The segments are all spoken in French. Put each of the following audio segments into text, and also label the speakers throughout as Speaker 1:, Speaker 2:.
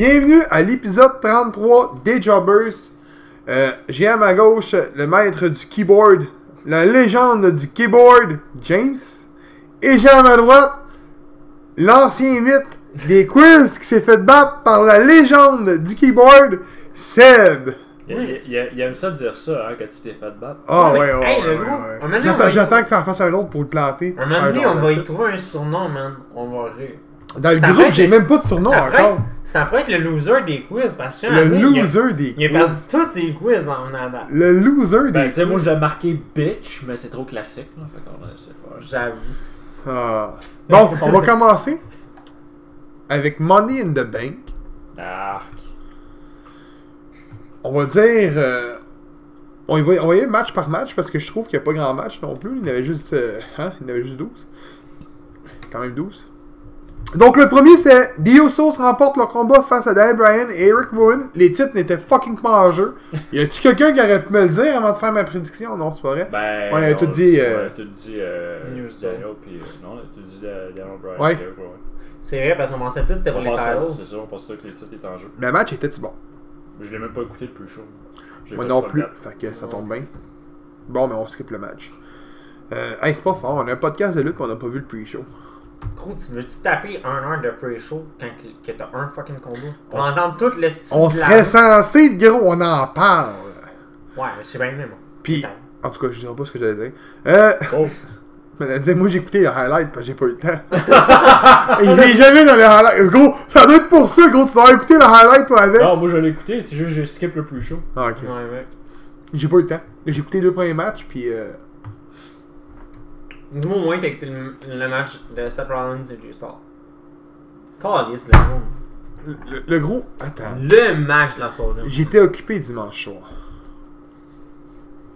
Speaker 1: Bienvenue à l'épisode 33 des Jobbers. Euh, J'ai à ma gauche le maître du keyboard, la légende du keyboard, James. Et j'ai à ma droite l'ancien mythe des quiz qui s'est fait battre par la légende du keyboard, Seb.
Speaker 2: Il, il- il- il aime ça dire ça, hein, quand tu t'es fait battre.
Speaker 1: Ah
Speaker 3: Ouais, mais-
Speaker 1: ouais, ouais, ouais,
Speaker 3: hey, le
Speaker 1: ouais,
Speaker 3: gros,
Speaker 1: ouais.
Speaker 3: un moment donné, on
Speaker 1: J'attends
Speaker 3: va y-
Speaker 1: j'attends que t'en fasses un autre pour le planter.
Speaker 3: Un moment donné,
Speaker 1: Faire
Speaker 3: on va y
Speaker 1: genre
Speaker 3: trouver un surnom, man. On va rire.
Speaker 1: Dans le
Speaker 3: ça
Speaker 1: groupe,
Speaker 3: va être-
Speaker 1: j'ai même pas de surnom
Speaker 3: ça, pourrait
Speaker 1: encore.
Speaker 3: être, ça pourrait être le loser des quiz, parce que
Speaker 1: Le
Speaker 3: Jean-Amé, il a-
Speaker 1: loser des
Speaker 3: Il a
Speaker 1: quiz.
Speaker 3: perdu tous ses quiz en venant là.
Speaker 1: Le loser
Speaker 2: Ben,
Speaker 1: des
Speaker 2: tu sais, moi, je l'ai marqué bitch, mais c'est trop classique, là. Fait qu'on euh, c'est pas.
Speaker 3: J'avoue.
Speaker 1: Ah. Bon, on va commencer avec Money in the Bank.
Speaker 2: Arc.
Speaker 1: On va dire. euh, on, y va, on va y aller match par match parce que je trouve qu'il n'y a pas grand match non plus. Il y en avait juste, euh, hein, il y en avait juste 12. Quand même 12. Donc le premier c'était The Usos remporte le combat face à Daniel Bryan et Eric Rowan. Les titres n'étaient fucking pas en jeu. Y a-tu quelqu'un qui aurait pu me le dire avant de faire ma prédiction Non, c'est pas vrai.
Speaker 2: Ben.
Speaker 1: On avait tout
Speaker 2: le-
Speaker 1: dit,
Speaker 2: On
Speaker 1: euh,
Speaker 2: avait tout dit. Euh,
Speaker 3: New
Speaker 2: Daniel, puis. euh, non, on avait tout dit euh, Daniel Bryan.
Speaker 1: Ouais.
Speaker 2: Derrick Rowan.
Speaker 3: C'est vrai, parce qu'on pensait tous que c'était pour
Speaker 2: On
Speaker 3: les
Speaker 2: pensait,
Speaker 3: titles.
Speaker 2: c'est sûr, on pensait que les titres étaient en jeu.
Speaker 1: Le match était bon.
Speaker 2: Mais je l'ai même pas écouté le plus chaud. J'ai
Speaker 1: Moi
Speaker 2: fait
Speaker 1: non
Speaker 2: fuck
Speaker 1: plus.
Speaker 2: that.
Speaker 1: Fait que ça tombe bien. Bon, mais on skip le match. Euh, hey, c'est pas fort. On a un podcast de lutte mais on n'a pas vu le pre-show.
Speaker 3: Trop, tu veux-tu taper un heure de pre-show quand que- que t'as un fucking combo? Pour
Speaker 1: On-
Speaker 3: entendre tout le style.
Speaker 1: On
Speaker 3: de la-
Speaker 1: serait censé, gros, on en parle.
Speaker 3: Ouais, je sais bien, mais moi.
Speaker 1: Puis, en tout cas, je dirais pas ce que j'allais dire. Euh,
Speaker 2: Oh,
Speaker 1: je me disais, moi j'ai écouté le highlight parce que j'ai pas eu le temps. Et Il est jamais dans le highlight. Gros, ça doit être pour ça, gros. Tu dois écouter le highlight, toi, avec.
Speaker 2: non, moi je l'ai écouté, c'est juste que j'ai skip le plus chaud.
Speaker 1: Ah, ok.
Speaker 3: Ouais, mec.
Speaker 1: J'ai pas eu le temps. J'ai écouté les deux premiers matchs, puis. Euh...
Speaker 3: Dis-moi au moins que t'as écouté le, le match de Seth Rollins et J-Star. Calisse, le gros.
Speaker 1: Le, le- le gros. Attends.
Speaker 3: Le match de la soirée.
Speaker 1: J'étais occupé dimanche soir.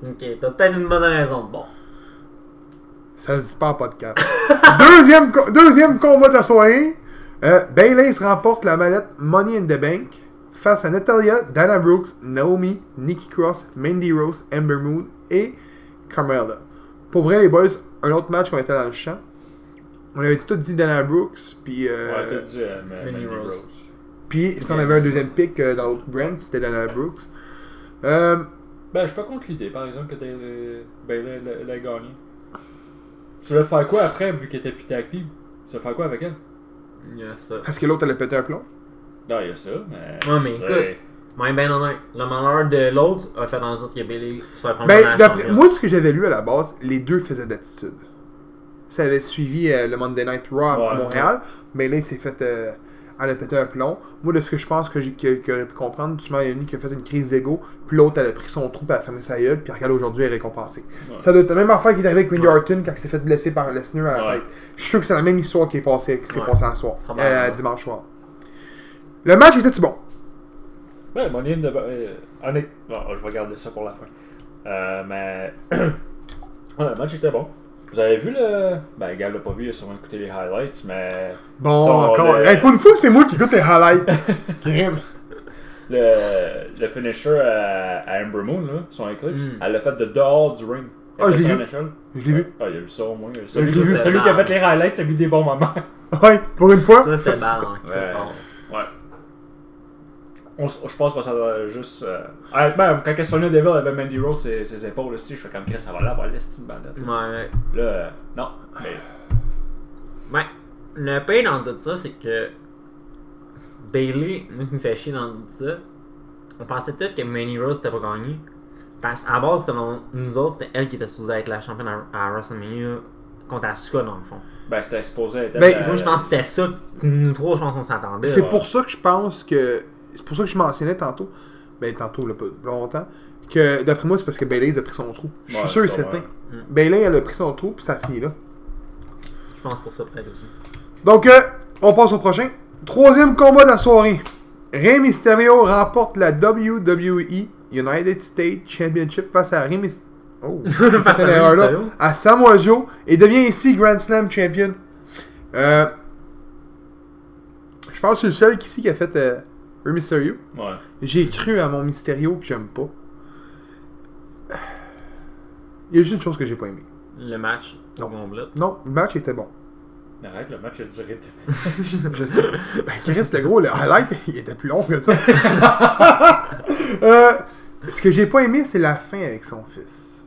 Speaker 3: Ok, t'as peut-être une bonne raison. Bon.
Speaker 1: Ça se dit pas en podcast. deuxième, co- deuxième combat de la soirée. Euh, Bayless remporte la mallette Money in the Bank face à Natalia, Dana Brooks, Naomi, Nikki Cross, Mandy Rose, Ember Moon et Carmella. Pour vrai, les boys, un autre match qu'on était dans le champ. On avait tout dit Dana Brooks, puis euh,
Speaker 2: Ouais, t'as dit euh, Ma- Mandy
Speaker 3: Mandy
Speaker 2: Rose.
Speaker 3: Rose.
Speaker 1: puis si on avait un deuxième pick euh, dans l'autre brand, c'était Dana Brooks. Euh,
Speaker 2: Ben, je suis pas contre l'idée, par exemple, que Bailey ben, l'a- l'a gagné. Tu veux faire quoi après, vu qu'elle était plus active Tu veux faire quoi avec elle
Speaker 3: Il y a ça.
Speaker 1: parce que l'autre, elle a pété un plomb.
Speaker 2: Non, Ben, il y a ça, mais.
Speaker 3: Ouais, mais
Speaker 2: c'est-
Speaker 3: écoute. Mais ben honnête, le malheur de l'autre a fait en sorte que Bailey soit la première
Speaker 1: Ben,
Speaker 3: à la
Speaker 1: d'après-
Speaker 3: championne.
Speaker 1: moi, ce que j'avais lu à la base, les deux faisaient d'attitude. Ça avait suivi euh, le Monday Night Raw à
Speaker 2: Ouais.
Speaker 1: Montréal, mais là, il s'est fait. euh, elle a pété un plomb. Moi, de ce que je pense que j'ai que- que j'aurais pu comprendre, tu m'en il y en a une qui a fait une crise d'ego, puis l'autre, elle a pris son trou, puis elle a fermé sa gueule, puis regarde, aujourd'hui, elle est récompensée.
Speaker 2: Ouais.
Speaker 1: Ça doit être la même affaire qui est arrivée avec Wendy
Speaker 3: Ouais.
Speaker 1: Orton quand elle s'est fait blesser par Lesnar à la
Speaker 2: Ouais.
Speaker 1: tête. Je suis sûr que c'est la même histoire qui est passée, qui s'est
Speaker 3: Ouais.
Speaker 1: passée à soir,
Speaker 3: Probablement.
Speaker 1: euh, dimanche soir. Le match était-tu bon?
Speaker 2: Ben, mon hymne de. euh, honnête- Bon, je vais garder ça pour la fin. Euh, mais. ouais, le match était bon. Vous avez vu le. Ben, le gars l'a pas vu, il a sûrement écouté les highlights, mais.
Speaker 1: Bon,
Speaker 2: Son-
Speaker 1: encore.
Speaker 2: le-
Speaker 1: Hey, pour une fois, c'est moi qui goûte les highlights. Grim.
Speaker 2: Le, le finisher à, à Amber Moon, là, son éclipse,
Speaker 3: Mm.
Speaker 2: elle l'a fait de dehors du ring.
Speaker 1: Ah,
Speaker 2: Après
Speaker 1: je l'ai
Speaker 2: son
Speaker 1: vu.
Speaker 2: échelle.
Speaker 1: Je l'ai vu.
Speaker 2: Ah, il a vu ça au moins. Celui,
Speaker 1: l'ai vu.
Speaker 2: celui qui a fait les highlights, celui des bons moments.
Speaker 1: Ouais, pour une fois.
Speaker 3: Ça, c'était bad en
Speaker 2: Ouais.
Speaker 3: Chris Paul.
Speaker 2: Ouais. On s- je pense que ça va juste. Euh... honnêtement, quand Sonia Deville avait Mandy Rose ses, ses épaules aussi, je fais comme Chris, ça va l'avoir la style bandette.
Speaker 3: Ouais.
Speaker 2: Là, euh, non. Mais
Speaker 3: Ben, le pire dans tout ça, c'est que Bailey, moi, ce qui me fait chier dans tout ça, on pensait peut-être que Manny Rose n'était pas gagnée. Parce qu'à la base, selon nous autres, c'était elle qui était supposée être la championne à- à, WrestleMania contre Asuka, dans le fond.
Speaker 2: ben, c'était supposé être.
Speaker 1: Ben,
Speaker 2: euh,
Speaker 3: Moi, je pense que c'était ça que nous trois, je pense qu'on s'attendait.
Speaker 1: C'est
Speaker 3: là.
Speaker 1: pour ça que je pense que. C'est pour ça que je mentionnais tantôt. Ben, tantôt, là, pas longtemps. Que d'après moi, c'est parce que Bailey a pris son trou. Je suis
Speaker 2: Ouais,
Speaker 1: sûr et
Speaker 2: sûrement.
Speaker 1: certain.
Speaker 3: Mm.
Speaker 1: Bailey, elle a pris son trou, puis ça finit là.
Speaker 3: Je pense pour ça, peut-être aussi.
Speaker 1: Donc, euh, on passe au prochain. Troisième combat de la soirée. Rey Mysterio remporte la WWE United States Championship face à Rey Mysterio. Oh, j'ai
Speaker 3: Face
Speaker 1: fait
Speaker 3: à
Speaker 1: une
Speaker 3: Rey
Speaker 1: erreur là.
Speaker 3: Mysterio.
Speaker 1: À Samoa Joe et devient ici Grand Slam Champion. Euh, je pense que c'est le seul ici qui a fait euh, Rey Mysterio.
Speaker 2: Ouais.
Speaker 1: J'ai cru à mon Mysterio que j'aime pas. Il y a juste une chose que j'ai pas aimé.
Speaker 3: Le match, au
Speaker 1: Non.
Speaker 3: complet.
Speaker 1: Non, le match était bon.
Speaker 2: Arrête, le match a duré deux minutes.
Speaker 1: Je sais. Ben, Chris, le gros, le highlight, il était plus long que ça. Euh, ce que j'ai pas aimé, c'est la fin avec son fils.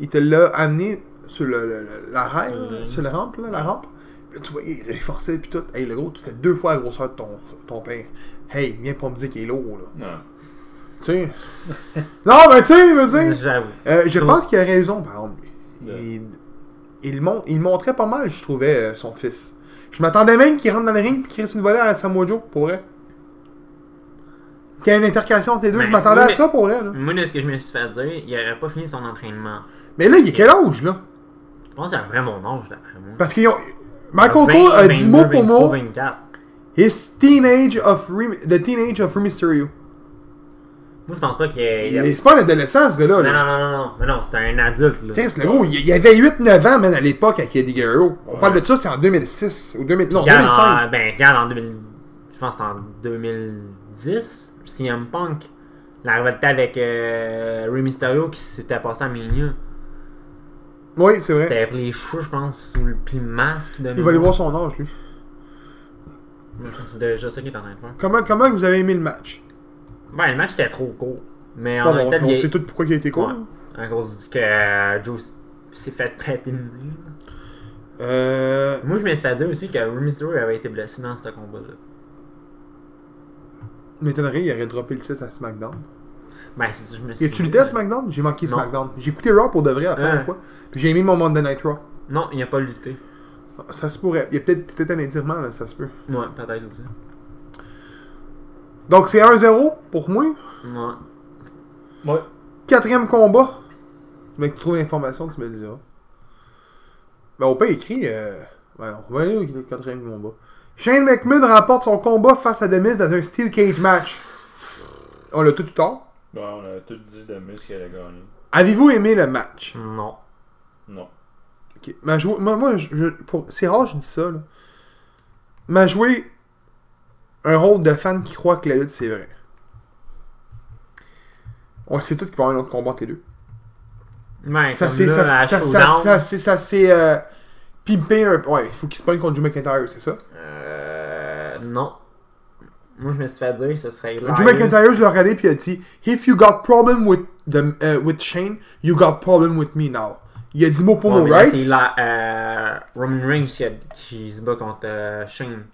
Speaker 1: Il te l'a amené sur le, le- le- la rampe,
Speaker 3: Sur le-
Speaker 1: sur la rampe, là, la rampe. Puis là, tu vois, il réforçait puis tout. Hey, le gros, tu fais deux fois la grosseur de ton, ton père. Hey, viens pas me dire qu'il est lourd, là.
Speaker 2: non.
Speaker 1: Tu sais. non, mais tu sais, je veux dire.
Speaker 3: J'avoue.
Speaker 1: Euh, je
Speaker 3: Ouais.
Speaker 1: pense qu'il a raison, par exemple. lui.
Speaker 2: Ouais.
Speaker 1: Il, il, mon- il montrait pas mal, je trouvais, euh, son fils. Je m'attendais même qu'il rentre dans le ring et qu'il risque une volée à Samoa Joe, pour vrai. Qu'il y ait une intercation entre les deux,
Speaker 3: Ben,
Speaker 1: je m'attendais
Speaker 3: oui, Hmm.
Speaker 1: à ça, pour vrai. là.
Speaker 3: Moi, de ce que je me suis fait dire, il aurait pas fini son entraînement.
Speaker 1: Mais là, il est quel âge, là?
Speaker 3: Je pense qu'il a un vrai bon âge, d'après moi.
Speaker 1: Parce qu'ils ont... Michael
Speaker 3: Ben,
Speaker 1: Cole a dit mot euh, pour mot,
Speaker 3: 24.
Speaker 1: his teenage of Rey- the teenage of Rey Mysterio.
Speaker 3: Moi, je pense pas qu'il ait.
Speaker 1: Et C'est pas un adolescent, ce gars-là.
Speaker 3: euh, Non,
Speaker 1: là.
Speaker 3: non, non, non, non. Mais non, c'était un adulte, là.
Speaker 1: Chris, le gros, il il avait 8-9 ans, man, à l'époque, avec Eddie Guerrero. On parle de ça, c'est en 2006, ou 2000... non,
Speaker 3: Regarde,
Speaker 1: 2005.
Speaker 3: en- ben, regarde, en 2000. Je pense que c'était en 2010, CM Punk, la rivalité avec euh, Rey Mysterio qui s'était passée à Mania.
Speaker 1: Oui, c'est vrai.
Speaker 3: C'était pris les cheveux, je pense, ou le pis le masque qui donnait.
Speaker 1: Il va aller voir son âge, lui.
Speaker 3: Moi, je pense que C'est déjà ça qui est en train de faire.
Speaker 1: Comment, comment vous avez aimé le match?
Speaker 3: Ben, le match était trop court. Mais en
Speaker 1: Bon,
Speaker 3: même
Speaker 1: on,
Speaker 3: temps,
Speaker 1: on
Speaker 3: il
Speaker 1: sait tout pourquoi il a été court.
Speaker 3: Ouais. À cause que euh, Joe s- s'est fait péter le nez.
Speaker 1: Euh,
Speaker 3: Moi, je me suis fait dire aussi que Rey Mysterio avait été blessé dans ce combat-là.
Speaker 1: m'étonnerait, il aurait droppé le titre à SmackDown.
Speaker 3: Ben, c'est ça, je me suis
Speaker 1: Y a-tu lutté à SmackDown? J'ai manqué
Speaker 3: Non.
Speaker 1: SmackDown. J'ai écouté Raw pour de vrai la première
Speaker 3: Hein.
Speaker 1: fois. Puis j'ai aimé mon Monday Night Raw.
Speaker 3: Non, il a pas lutté.
Speaker 1: Ça se pourrait. Il y a peut-être peut-être un étirement, là, ça se peut.
Speaker 3: Ouais, peut-être aussi.
Speaker 1: Donc c'est 1-0 pour moi.
Speaker 3: Ouais.
Speaker 2: Ouais.
Speaker 1: Quatrième combat. Mais tu trouves l'information, tu me le diras. Ben, au pas écrit. Euh... Ouais, non. Ouais, il est quatrième combat. Shane McMahon remporte son combat face à The Miz dans un Steel Cage match. On l'a tout tout tard.
Speaker 2: Bon, on a tout dit de Miz qui allait gagner.
Speaker 1: Avez-vous aimé le match?
Speaker 3: Non.
Speaker 2: Non.
Speaker 1: Ok. Ma jou- Moi, moi je- je- pour- c'est rare que je dis ça. là. M'a joué un rôle de fan qui croit que la lutte, c'est vrai. On sait tous qu'il va y avoir un autre combat entre les deux.
Speaker 3: Ben,
Speaker 1: Ça
Speaker 3: comme
Speaker 1: c'est
Speaker 3: là,
Speaker 1: ça,
Speaker 3: à
Speaker 1: ça, ça,
Speaker 3: Showdown,
Speaker 1: ça, c'est- ça c'est euh, pimpé un peu. Ouais, il faut qu'il se pogne contre Drew McIntyre, c'est ça.
Speaker 3: Euh. Non. Moi, je me suis fait dire que ce serait.
Speaker 1: Drew
Speaker 3: Elias.
Speaker 1: McIntyre, je l'ai regardé puis il a dit If you got problem with the, euh, with Shane, you got problem with me now. Il a dit mot pour
Speaker 3: Ouais,
Speaker 1: mot,
Speaker 3: mais là,
Speaker 1: right?
Speaker 3: C'est la, euh, Roman Reigns qui, a- qui se bat contre euh, Shane.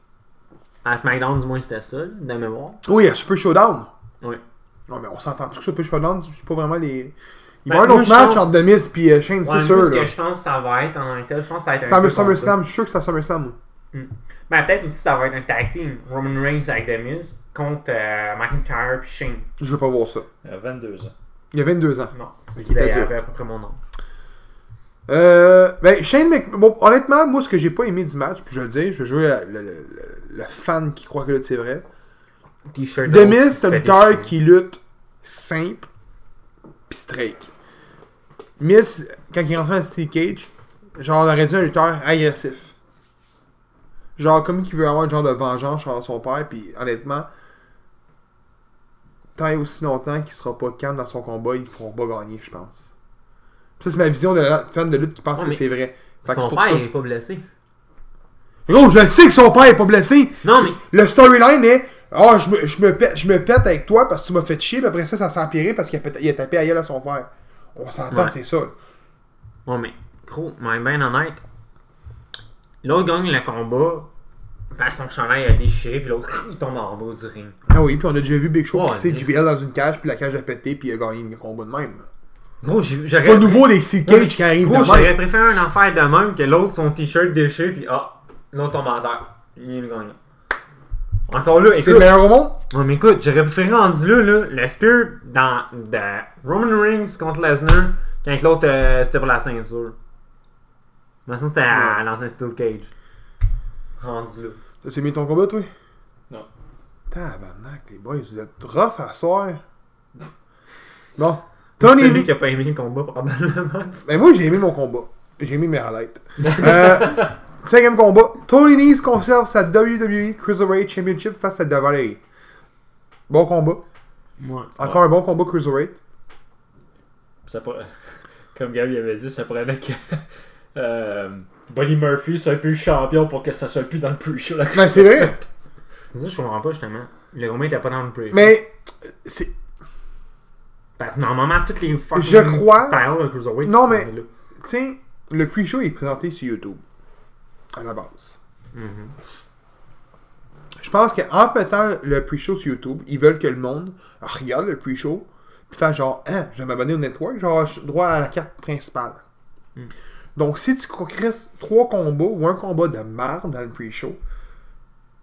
Speaker 3: À SmackDown, du moins, c'était ça, de mémoire.
Speaker 1: Oui, à Oh, Super Showdown.
Speaker 3: Oui.
Speaker 1: Non, mais on s'entend tous que Super Showdown, c'est pas vraiment les. Il
Speaker 3: Ben,
Speaker 1: va y avoir un
Speaker 3: moi,
Speaker 1: autre
Speaker 3: je
Speaker 1: match
Speaker 3: pense-
Speaker 1: entre The Miz et Shane,
Speaker 3: Ouais,
Speaker 1: c'est
Speaker 3: moi,
Speaker 1: sûr.
Speaker 3: ce
Speaker 1: là.
Speaker 3: que je pense que ça va être en tant que tel, je pense que ça va être
Speaker 1: C'est à
Speaker 3: peu
Speaker 1: SummerSlam, je suis sûr que c'est à SummerSlam.
Speaker 3: comme ça. Mm. Ben, peut-être aussi ça va être un tag team. Roman Reigns avec The Miz contre euh, McIntyre puis Shane.
Speaker 1: Je veux pas voir ça.
Speaker 2: Il a 22 ans.
Speaker 1: Il y a 22 ans.
Speaker 3: Non, c'est
Speaker 1: Qui était dur.
Speaker 3: à peu près mon nom.
Speaker 1: Euh, ben, Shane Mc... bon, honnêtement, moi, ce que j'ai pas aimé du match, puis je le dis, je joue le, le- le- le fan qui croit que là, c'est vrai.
Speaker 3: T-shirt.
Speaker 1: The Miz, c'est un gars qui lutte simple, pis straight. Miz, quand il rentre dans Steel Cage, genre, on aurait dit un lutteur agressif. Genre, comme qu'il veut avoir un genre de vengeance envers son père, puis honnêtement, tant et aussi longtemps qu'il sera pas calme dans son combat, ils ne feront pas gagner, je pense. Ça, c'est ma vision de la fan de lutte qui pense
Speaker 3: Ouais,
Speaker 1: que
Speaker 3: mais
Speaker 1: c'est vrai. Fait que c'est
Speaker 3: Son
Speaker 1: pour
Speaker 3: père,
Speaker 1: ça.
Speaker 3: il est pas blessé.
Speaker 1: Gros, je le sais que son père est pas blessé.
Speaker 3: Non, mais-
Speaker 1: Le storyline est Ah, je, me, je, me pète, je me pète avec toi parce que tu m'as fait chier, puis après ça, ça s'est empiré parce qu'il a, pété- il a tapé à gueule à son père. On s'entend,
Speaker 3: Ouais.
Speaker 1: c'est ça. là.
Speaker 3: Bon, mais, gros, mais ben honnête, l'autre gagne le combat, ben son chandail a déchiré, puis l'autre, il tombe en bas du ring.
Speaker 1: Ah oui, puis on a déjà vu Big Show
Speaker 3: Ouais,
Speaker 1: passer
Speaker 3: mais-
Speaker 1: JBL dans une cage, puis la cage a pété, puis il a gagné le combat de même.
Speaker 3: Gros, j'ai-
Speaker 1: C'est pas
Speaker 3: j'aurais...
Speaker 1: nouveau les Sea
Speaker 3: Ouais, mais-
Speaker 1: Cage qui arrivent
Speaker 3: Gros,
Speaker 1: de même.
Speaker 3: j'aurais préféré un affaire de même que l'autre, son t-shirt déchiré, puis ah, l'autre tombe en terre. Il est le gagnant. Encore là,
Speaker 1: C'est
Speaker 3: écoute,
Speaker 1: le meilleur au monde.
Speaker 3: non, mais écoute, j'aurais préféré rendu là, là, le spear dans, dans Roman Reigns contre Lesnar, quand que l'autre, euh, c'était pour la ceinture. De toute façon, c'était à- dans un steel cage. Rendu là.
Speaker 1: T'as-tu mis ton combat, toi
Speaker 2: Non.
Speaker 1: Tabarnak, les boys, vous êtes rough à soir. Bon.
Speaker 3: Tony
Speaker 1: Tony
Speaker 3: celui qui a pas aimé le combat, probablement.
Speaker 1: Ben moi j'ai aimé mon combat. J'ai aimé mes highlights. Euh, cinquième combat. Tony Nese conserve sa WWE Cruiserweight Championship face à Davaleri. Bon combat.
Speaker 3: Ouais.
Speaker 1: Encore un bon combat Cruiserweight.
Speaker 2: Ça pre- Comme Gab il avait dit, ça prenait que. euh, Buddy Murphy soit plus le champion pour que ça soit plus dans le pre-show. la
Speaker 1: Mais Ben, c'est vrai.
Speaker 3: C'est ça, je comprends pas justement. Le Romain était pas dans le pre
Speaker 1: Mais c'est
Speaker 3: Parce que normalement, toutes les fucking.
Speaker 1: Je crois-
Speaker 3: style de Cruiserweight,
Speaker 1: Non,
Speaker 3: sont
Speaker 1: mais-
Speaker 3: là.
Speaker 1: Tiens, le pre-show est présenté sur YouTube. À la base.
Speaker 3: Mhm.
Speaker 1: Je pense qu'en mettant le pre-show sur YouTube, ils veulent que le monde regarde le pre-show. Puis fasse genre, hein, je vais m'abonner au network, genre, je droit à la carte principale. Donc, si tu crées trois combats ou un combat de merde dans le pre-show,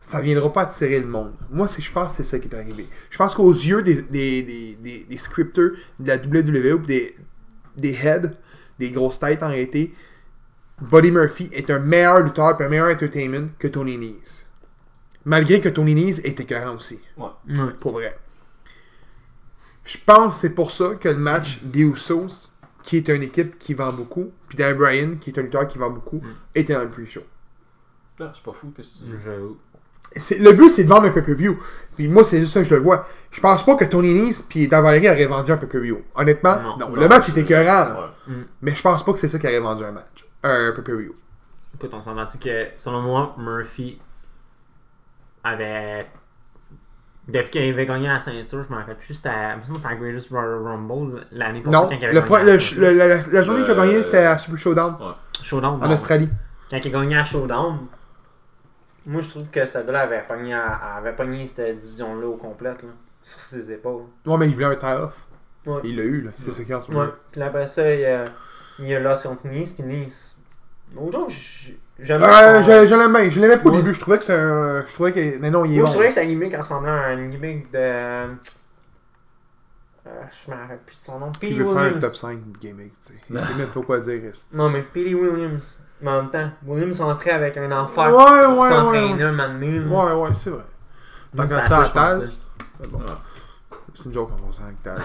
Speaker 1: ça viendra pas attirer le monde. Moi, c'est- je pense que c'est ça qui est arrivé. Je pense qu'aux yeux des, des, des, des, des scripteurs de la WWE ou des, des heads, des grosses têtes en réalité, Buddy Murphy est un meilleur lutteur et un meilleur entertainment que Tony Nese. Malgré que Tony Nese est écœurant aussi,
Speaker 2: Ouais.
Speaker 3: Ouais.
Speaker 1: pour vrai. Je pense que c'est pour ça que le match des Usos, qui est une équipe qui vend beaucoup, puis Dan Bryan, qui est un lutteur qui vend beaucoup, était dans le pre-show.
Speaker 2: Ah, C'est pas fou, qu'est-ce que tu dis?
Speaker 3: J'avoue.
Speaker 1: C'est- Le but, c'est de vendre un pay-per-view. Puis moi, c'est juste ça que je le vois. Je pense pas que Tony Nese puis Dan Valérie auraient vendu un pay-per-view. Honnêtement,
Speaker 3: Non.
Speaker 1: non.
Speaker 3: Non,
Speaker 1: le match était écœurant, là.
Speaker 2: Ouais.
Speaker 1: Mais je pense pas que c'est ça qui aurait vendu un match. Un pay-per-view.
Speaker 3: Écoute, on s'entend-tu que, selon moi, Murphy avait. Depuis qu'il avait gagné la ceinture, je m'en rappelle plus, c'était à- il me semble que c'était à Greatest Royal Rumble l'année passée
Speaker 1: Non,
Speaker 3: quand il avait
Speaker 1: le
Speaker 3: gagné
Speaker 1: pro-
Speaker 3: la
Speaker 1: le ch-
Speaker 3: ceinture.
Speaker 1: le- la, la- la journée
Speaker 2: Euh,
Speaker 1: qu'il a gagné, c'était à Super Showdown,
Speaker 2: Ouais.
Speaker 3: Showdown.
Speaker 1: en
Speaker 3: bon,
Speaker 1: Australie.
Speaker 3: Quand il a gagné à Showdown, moi je trouve que cette gars-là avait pogné, à- avait pogné cette division-là au complète, là, sur ses épaules.
Speaker 1: Ouais, mais il voulait un tie-off.
Speaker 3: Ouais.
Speaker 1: Il l'a eu, là. C'est ça qu'il y a en ce
Speaker 3: Ouais.
Speaker 1: moment.
Speaker 3: Puis là, après ça, il a, il a lost contre Nice, puis Nice. Autant que j'ai- j'aime
Speaker 1: Euh,
Speaker 3: son-
Speaker 1: je, je l'aimais, je l'aimais pas au
Speaker 3: Ouais.
Speaker 1: début, je trouvais que c'est un... Je trouvais que... Mais non, il est
Speaker 3: Moi,
Speaker 1: bon.
Speaker 3: je trouvais que sa gimmick ressemblait à une gimmick de. euh, je me rappelle plus de son nom. P.D.
Speaker 1: Il veut faire un
Speaker 3: Williams.
Speaker 1: top 5 gimmick, tu sais. Il sait même pas quoi dire, esti.
Speaker 3: Non, mais P.D. Williams. Mais en même temps, Williams s'entrait avec un
Speaker 1: Ouais,
Speaker 3: enfer.
Speaker 1: ouais, ouais.
Speaker 3: s'entraînait un moment donné. là.
Speaker 1: Ouais, ouais, c'est vrai. Tant
Speaker 3: Donc,
Speaker 1: qu'à
Speaker 3: c'est
Speaker 1: ça,
Speaker 3: à
Speaker 1: à
Speaker 3: ça, je
Speaker 1: Taz,
Speaker 3: pensais.
Speaker 1: c'est bon.
Speaker 2: Ouais.
Speaker 1: C'est une joke en passant avec Taz.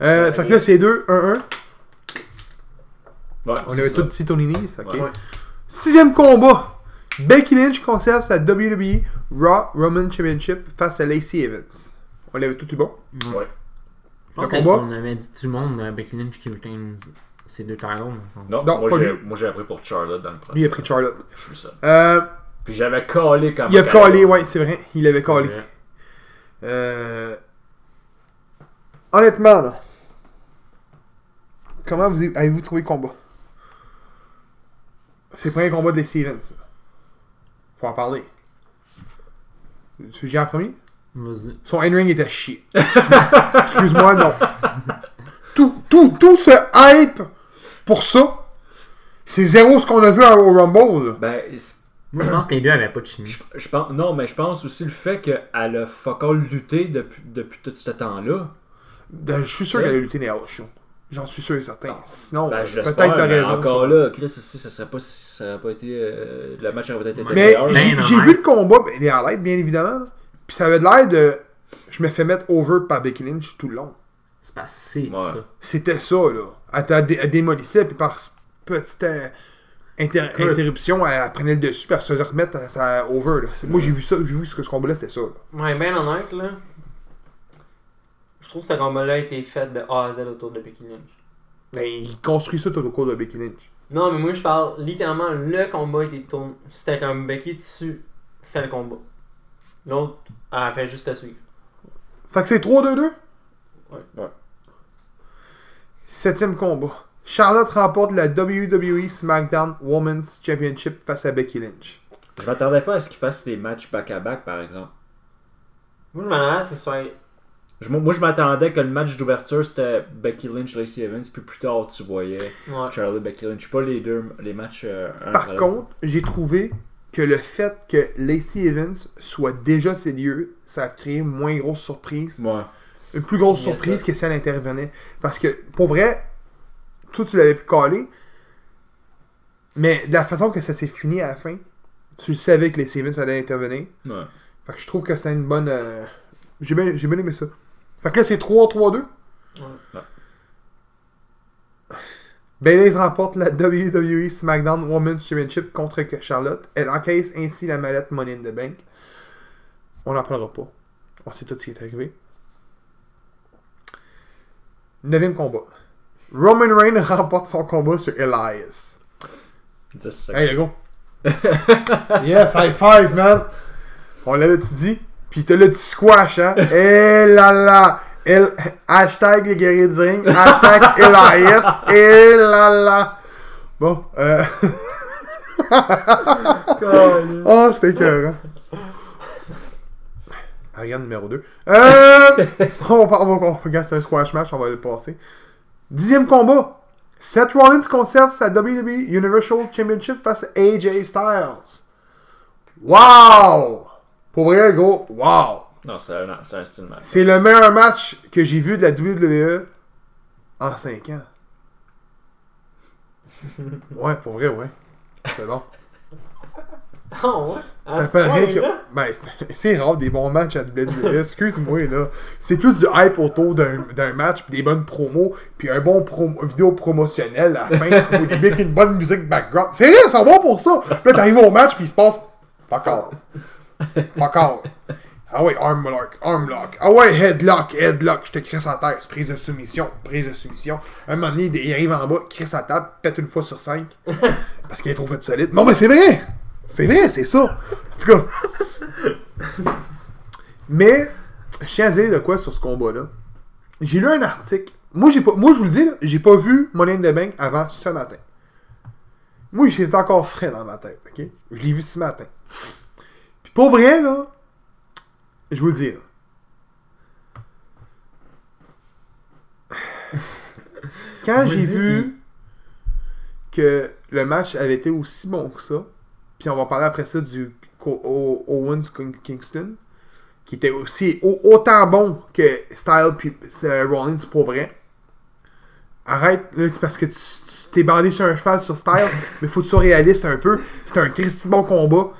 Speaker 1: Euh, fait que là, c'est 2, 1-1.
Speaker 2: Ouais,
Speaker 1: On
Speaker 2: Ah, c'est
Speaker 1: avait
Speaker 2: ça.
Speaker 1: tout dit Tony Nese, ok.
Speaker 2: Ouais.
Speaker 1: Sixième combat. Becky Lynch conserve sa WWE Raw Roman Championship face à Lacey Evans. On l'avait tout eu bon.
Speaker 2: Ouais.
Speaker 3: Je
Speaker 1: Le
Speaker 3: pense
Speaker 1: combat?
Speaker 3: qu'on avait dit tout le monde, euh, Becky Lynch qui retains ces deux talons.
Speaker 2: Non,
Speaker 1: Non,
Speaker 2: moi,
Speaker 1: pas
Speaker 2: j'ai,
Speaker 1: lui.
Speaker 2: moi j'ai appris pour Charlotte dans le premier.
Speaker 1: Lui il a pris Charlotte.
Speaker 2: Je suis ça.
Speaker 1: Euh,
Speaker 2: Puis j'avais collé quand
Speaker 1: il a
Speaker 2: même.
Speaker 1: collé, ouais, c'est vrai. Il avait
Speaker 3: C'est
Speaker 1: collé.
Speaker 3: vrai.
Speaker 1: Euh, honnêtement, là, comment vous avez-vous trouvé le combat C'est le premier combat de Lacey Evans. là. Faut en parler. Sujet en premier
Speaker 3: Vas-y.
Speaker 1: Son in-ring était chier. Excuse-moi, non. Tout, tout, tout ce hype pour ça, c'est zéro ce qu'on a vu à Royal Rumble. là.
Speaker 2: Ben, c'est-
Speaker 3: Moi, je pense que les deux avaient pas de chimie.
Speaker 2: je, je pense, non, mais je pense aussi le fait qu'elle a fuck all lutté depuis, depuis tout ce temps-là.
Speaker 1: De- Je suis sûr
Speaker 2: C'est-
Speaker 1: qu'elle a lutté des Haushions. J'en suis sûr et certain. Sinon,
Speaker 2: Ben, je
Speaker 1: peut-être
Speaker 2: l'espère,
Speaker 1: t'as
Speaker 2: mais
Speaker 1: raison.
Speaker 2: encore
Speaker 1: ça.
Speaker 2: là, Chris, si ça serait pas, si ça aurait pas été... euh, le match aurait peut-être été
Speaker 1: Mais
Speaker 2: meilleur.
Speaker 1: j'ai-
Speaker 3: Ben,
Speaker 1: j'ai
Speaker 3: non,
Speaker 1: vu
Speaker 3: mais-
Speaker 1: le combat, ben, les highlights, bien évidemment. là. Puis ça avait de l'air de. Je me fais mettre over par Becky Lynch tout le long.
Speaker 3: C'est pas si,
Speaker 2: Ouais.
Speaker 3: ça.
Speaker 1: C'était ça, là. Elle, t'a dé- elle démolissait, puis par petite euh, inter-
Speaker 3: Cool.
Speaker 1: interruption, elle, elle prenait le dessus, puis elle se faisait remettre à sa over. Là. C'est- Moi, j'ai vu ça, j'ai vu ce que ce combat-là, c'était ça. là.
Speaker 3: Ouais, ben honnête, là. Je trouve que ce combat-là a été fait de A à Z autour de Becky Lynch.
Speaker 1: Mais Ben, il construit ça tout au cours de Becky Lynch.
Speaker 3: Non, mais moi, je parle littéralement, le combat était tourné. C'était comme ben, Becky, tu fais le combat. L'autre, elle fait juste te suivre.
Speaker 1: Fait que c'est 3-2-2.
Speaker 2: Ouais.
Speaker 1: Septième combat. Charlotte remporte la WWE SmackDown Women's Championship face à Becky Lynch.
Speaker 2: Je m'attendais pas à ce qu'ils fassent des matchs back-à-back, par exemple.
Speaker 3: Moi, je m'en que ce soit.
Speaker 2: Je- moi, je m'attendais que le match d'ouverture, c'était Becky Lynch, Lacey Evans, puis plus tard, tu voyais
Speaker 1: Ah,
Speaker 3: Ouais.
Speaker 2: Charlotte, Becky Lynch. Pas les deux, les matchs... euh, un
Speaker 1: Par
Speaker 2: après l'autre.
Speaker 1: contre, j'ai trouvé que le fait que Lacey Evans soit déjà ses lieux, ça a créé moins grosse surprise
Speaker 2: Ouais.
Speaker 1: une plus grosse
Speaker 3: Yes,
Speaker 1: surprise
Speaker 3: sir.
Speaker 1: que si elle intervenait. Parce que, pour vrai, toi, tu l'avais pu caler, mais de la façon que ça s'est fini à la fin, tu le savais que les Sevens allaient intervenir.
Speaker 2: Ouais.
Speaker 1: Fait que je trouve que c'était une bonne... euh, J'ai bien, j'ai bien aimé ça. Fait que là, c'est 3-3-2. Ah.
Speaker 2: Ouais.
Speaker 1: Bayley remporte la WWE SmackDown Women's Championship contre Charlotte. Elle encaisse ainsi la mallette Money in the Bank. On n'en parlera pas. On sait tout ce qui est arrivé. Neuvième combat. Roman Reigns remporte son combat sur Elias.
Speaker 2: 10 secondes.
Speaker 1: Hey, le go. Yes, high five, man. On l'avait-tu dit? Puis t'as le petit squash, hein? Eh là là! L- Hashtag les guerriers du ring. Hashtag LIS. Eh là là! Bon, euh... oh, c'était écœurant. Ah, Regarde numéro 2. Euh... on va, on va- on va- regarde, c'est un squash match, on va le passer. Dixième combat. Seth Rollins conserve sa WWE Universal Championship face à AJ Styles. Wow! Pour vrai, gros, wow!
Speaker 2: Non, c'est un, c'est un style match.
Speaker 1: C'est le meilleur match que j'ai vu de la WWE en 5 ans. Ouais, pour vrai, ouais. C'est bon.
Speaker 3: Oh, ouais. À
Speaker 1: Ça
Speaker 3: ce
Speaker 1: paraît que-
Speaker 3: point-là?
Speaker 1: Ben, c'est- c'est rare des bons matchs à WWE. Excuse-moi, là. C'est plus du hype autour d'un d'un match, puis des bonnes promos, puis un bon promo- vidéo promotionnelle à la fin, ou des mecs avec une bonne musique background. C'est rien, ils sont bons pour ça. Puis là, t'arrives au match, puis il se passe. Fuck all. Fuck all. Ah ouais, armlock, armlock. Ah ouais, headlock, headlock. Je te crisse à terre. C'est Prise de soumission, prise de soumission. Un moment donné, il arrive en bas, crisse à table, pète une fois sur cinq. Parce qu'il est trop fait solide. Non, mais c'est vrai! C'est vrai, c'est ça! En tout cas. Mais, je tiens à dire de quoi sur ce combat-là. J'ai lu un article. Moi, j'ai pas, moi je vous le dis, là, j'ai pas vu Money in the Bank avant ce matin. Moi, j'étais encore frais dans ma tête, ok? Je l'ai vu ce matin. Puis pour vrai, là, je vous le dis, là. Quand j'ai
Speaker 3: Vas-y,
Speaker 1: vu que le match avait été aussi bon que ça, puis on va parler après ça du Co- O- Owens King- Kingston, qui était aussi au- autant bon que Style puis euh, Rollins pour vrai. Arrête, là, c'est parce que tu tu t'es bandé sur un cheval sur Style, mais faut que tu sois réaliste un peu. C'est un Christy bon combat.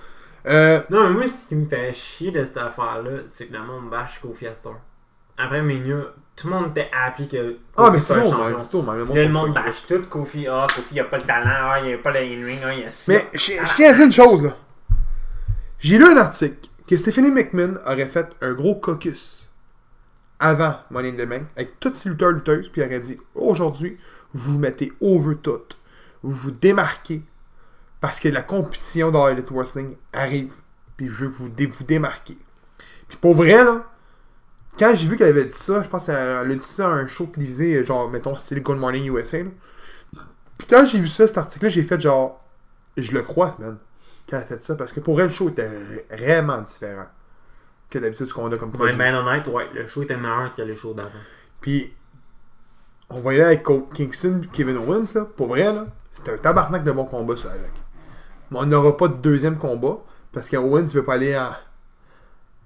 Speaker 1: Euh,
Speaker 3: Non, mais moi, ce qui me fait chier de cette affaire-là, c'est que le monde bâche Kofi à cette heure. Après Mania, tout le monde était happy que.
Speaker 1: Ah,
Speaker 3: Kofi
Speaker 1: mais c'est
Speaker 3: soit le
Speaker 1: tout,
Speaker 3: champion.
Speaker 1: man, c'est tout, man, le monde
Speaker 3: Là, le
Speaker 1: trouve
Speaker 3: monde
Speaker 1: pas qu'il-
Speaker 3: bâche tout Kofi. Ah, Kofi, il a pas le talent. Ah, il a pas le in-ring. Ah, il a ça.
Speaker 1: Mais je je tiens à dire une chose. là. J'ai lu un article que Stephanie McMahon aurait fait un gros caucus avant Money in the Bank avec toutes ses lutteurs lutteuses, puis elle aurait dit aujourd'hui, vous vous mettez over tout. Vous vous démarquez parce que la compétition dans Elite Wrestling arrive. Puis je veux que vous dé- vous démarquez. Puis pour vrai, là, quand j'ai vu qu'elle avait dit ça, je pense qu'elle elle a dit ça à un show télévisé, genre, mettons, style Good Morning USA. là. Puis quand j'ai vu ça, cet article-là, j'ai fait genre, je le crois, man, qu'elle a fait ça, parce que pour elle, le show était r- vraiment différent que d'habitude ce qu'on a comme
Speaker 3: Pour être
Speaker 1: produit.
Speaker 3: bien honnête, ouais, le show était meilleur que le show d'avant.
Speaker 1: Puis, on voyait avec Col- Kingston et Kevin Owens, là, pour vrai, là, c'était un tabarnak de bon combat, ça, avec. Mais on n'aura pas de deuxième combat, parce qu'Owens veut pas aller à,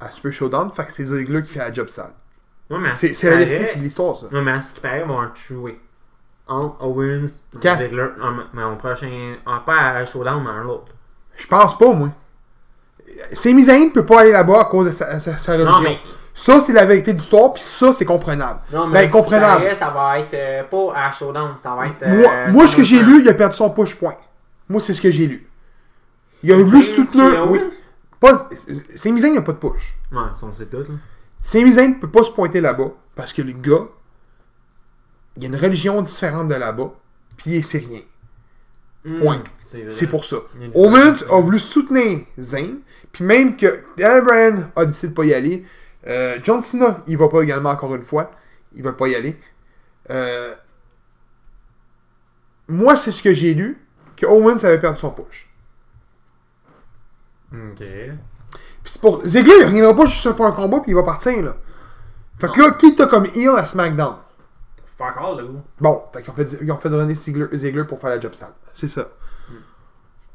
Speaker 1: à Super Showdown, fait que c'est Ziggler qui fait la job sale.
Speaker 3: Ouais, mais à ce
Speaker 1: C'est
Speaker 3: qui
Speaker 1: c'est la vérité,
Speaker 3: paraît-
Speaker 1: c'est de l'histoire, ça.
Speaker 3: Ouais, mais à ce qui paraît, ils vont un tuer. Entre Owens,
Speaker 1: Quand?
Speaker 3: Ziggler, non, mais au prochain. ah, pas à Showdown, mais à un autre.
Speaker 1: Je pense pas, moi. Sami ne peut pas aller là-bas à cause de sa, sa- sa religion.
Speaker 3: Non, mais.
Speaker 1: Ça, c'est la vérité de l'histoire, puis ça, c'est comprenable.
Speaker 3: Non, mais
Speaker 1: ben,
Speaker 3: à ce qui
Speaker 1: comprenable.
Speaker 3: paraît, ça va être euh, pas à Showdown, ça va être.
Speaker 1: Moi,
Speaker 3: euh,
Speaker 1: moi, ce que j'ai
Speaker 3: SummerSlam.
Speaker 1: lu, il a perdu son push-point. Moi, c'est ce que j'ai lu. Il a voulu
Speaker 3: C'est
Speaker 1: soutenir.
Speaker 3: Kevin
Speaker 1: Oui.
Speaker 3: Owens?
Speaker 1: Pas... Sami Zayn, il n'a pas de push.
Speaker 3: Ouais, ça, on sait tout, là.
Speaker 1: Sami Zayn ne peut pas se pointer là-bas parce que le gars, il a une religion différente de là-bas, puis c'est rien. Point.
Speaker 3: Hmm, C'est vrai.
Speaker 1: C'est pour ça.
Speaker 3: Il y a une
Speaker 1: Owens
Speaker 3: différence.
Speaker 1: a voulu soutenir Zayn, puis même que Daniel Bryan a décidé de pas y aller. euh, John Cena, il va pas également encore une fois. Il va pas y aller. Euh, moi, c'est ce que j'ai lu, que Owens avait perdu son push.
Speaker 3: Ok.
Speaker 1: Puis c'est pour... Ziggler, il reviendra pas juste pour un combat, puis il va partir, là. Fait que là, qui t'a comme heel à SmackDown?
Speaker 3: Fuck all, là. gros.
Speaker 1: Bon, fait qu'ils ont fait, ils ont fait donner Ziggler, Ziggler pour faire la job sale. C'est ça.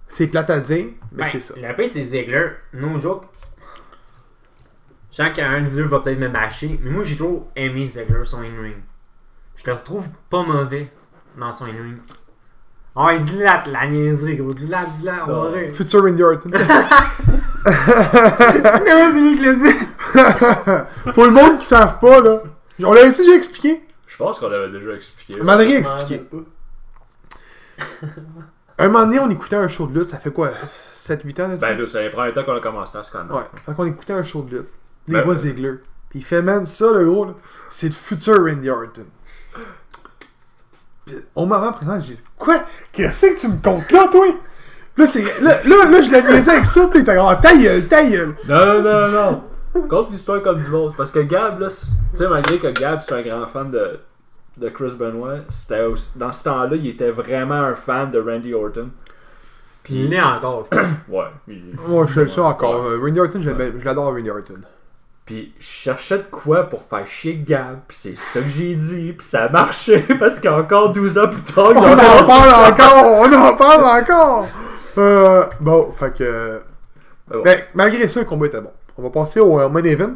Speaker 1: C'est plate à dire, mais
Speaker 3: Mm. Ben,
Speaker 1: c'est ça.
Speaker 3: Le pire, c'est Ziggler. No joke. Je sens qu'un de vous deux va peut-être me bâcher, mais moi, j'ai trop aimé Ziggler, son in-ring. Je le retrouve pas mauvais dans son in-ring. Oh, il dit la, la niaiserie, gros. Dis-la, dis-la, on va
Speaker 2: Non.
Speaker 3: rire.
Speaker 1: Future Randy Orton.
Speaker 3: Mais ouais, c'est lui qui l'a dit.
Speaker 1: Pour le monde qui savent pas, là. On l'avait déjà expliqué.
Speaker 2: Je pense qu'on l'avait déjà expliqué.
Speaker 1: On m'en a rien
Speaker 3: Je m'en rappelle
Speaker 1: expliqué.
Speaker 3: pas.
Speaker 1: Un moment donné, on écoutait un show de lutte, ça fait quoi 7-8 ans là
Speaker 2: Ben, là, c'est les premiers temps qu'on a commencé à se connaître.
Speaker 1: Ouais. Fait qu'on écoutait un show de lutte. Les
Speaker 2: Ben-
Speaker 1: voix Ziggler. Puis il fait, man, ça, le gros, là, c'est le futur Randy Orton. Puis, on m'avait présenté, je dis, quoi Qu'est-ce que tu me comptes là, toi Là, c'est, là, là, là, je l'ai niaisé avec ça, pis t'as comme, ah, ta gueule, ta gueule.
Speaker 2: Non, non, non, non. Compte l'histoire comme du monde. Parce que Gab, là, c'est- tu sais, malgré que Gab, c'est un grand fan de, de Chris Benoit, c'était aussi- dans ce temps-là, il était vraiment un fan de Randy Orton.
Speaker 3: Puis il est encore, je pense.
Speaker 2: Ouais. il-
Speaker 1: Moi, je suis ça encore.
Speaker 2: Ouais.
Speaker 1: Euh, Randy Orton, je l'aime- je l'adore, Randy Orton.
Speaker 2: Puis je cherchais de quoi pour faire chier Gab, puis c'est ça que j'ai dit, puis ça a marché, parce qu'encore 12 ans plus tard, il
Speaker 1: On
Speaker 2: a
Speaker 1: en parle encore! On en parle encore! Euh, bon, fait que.
Speaker 2: Mais bon.
Speaker 1: Ben, malgré ça, le combat était bon. On va passer au euh, main event.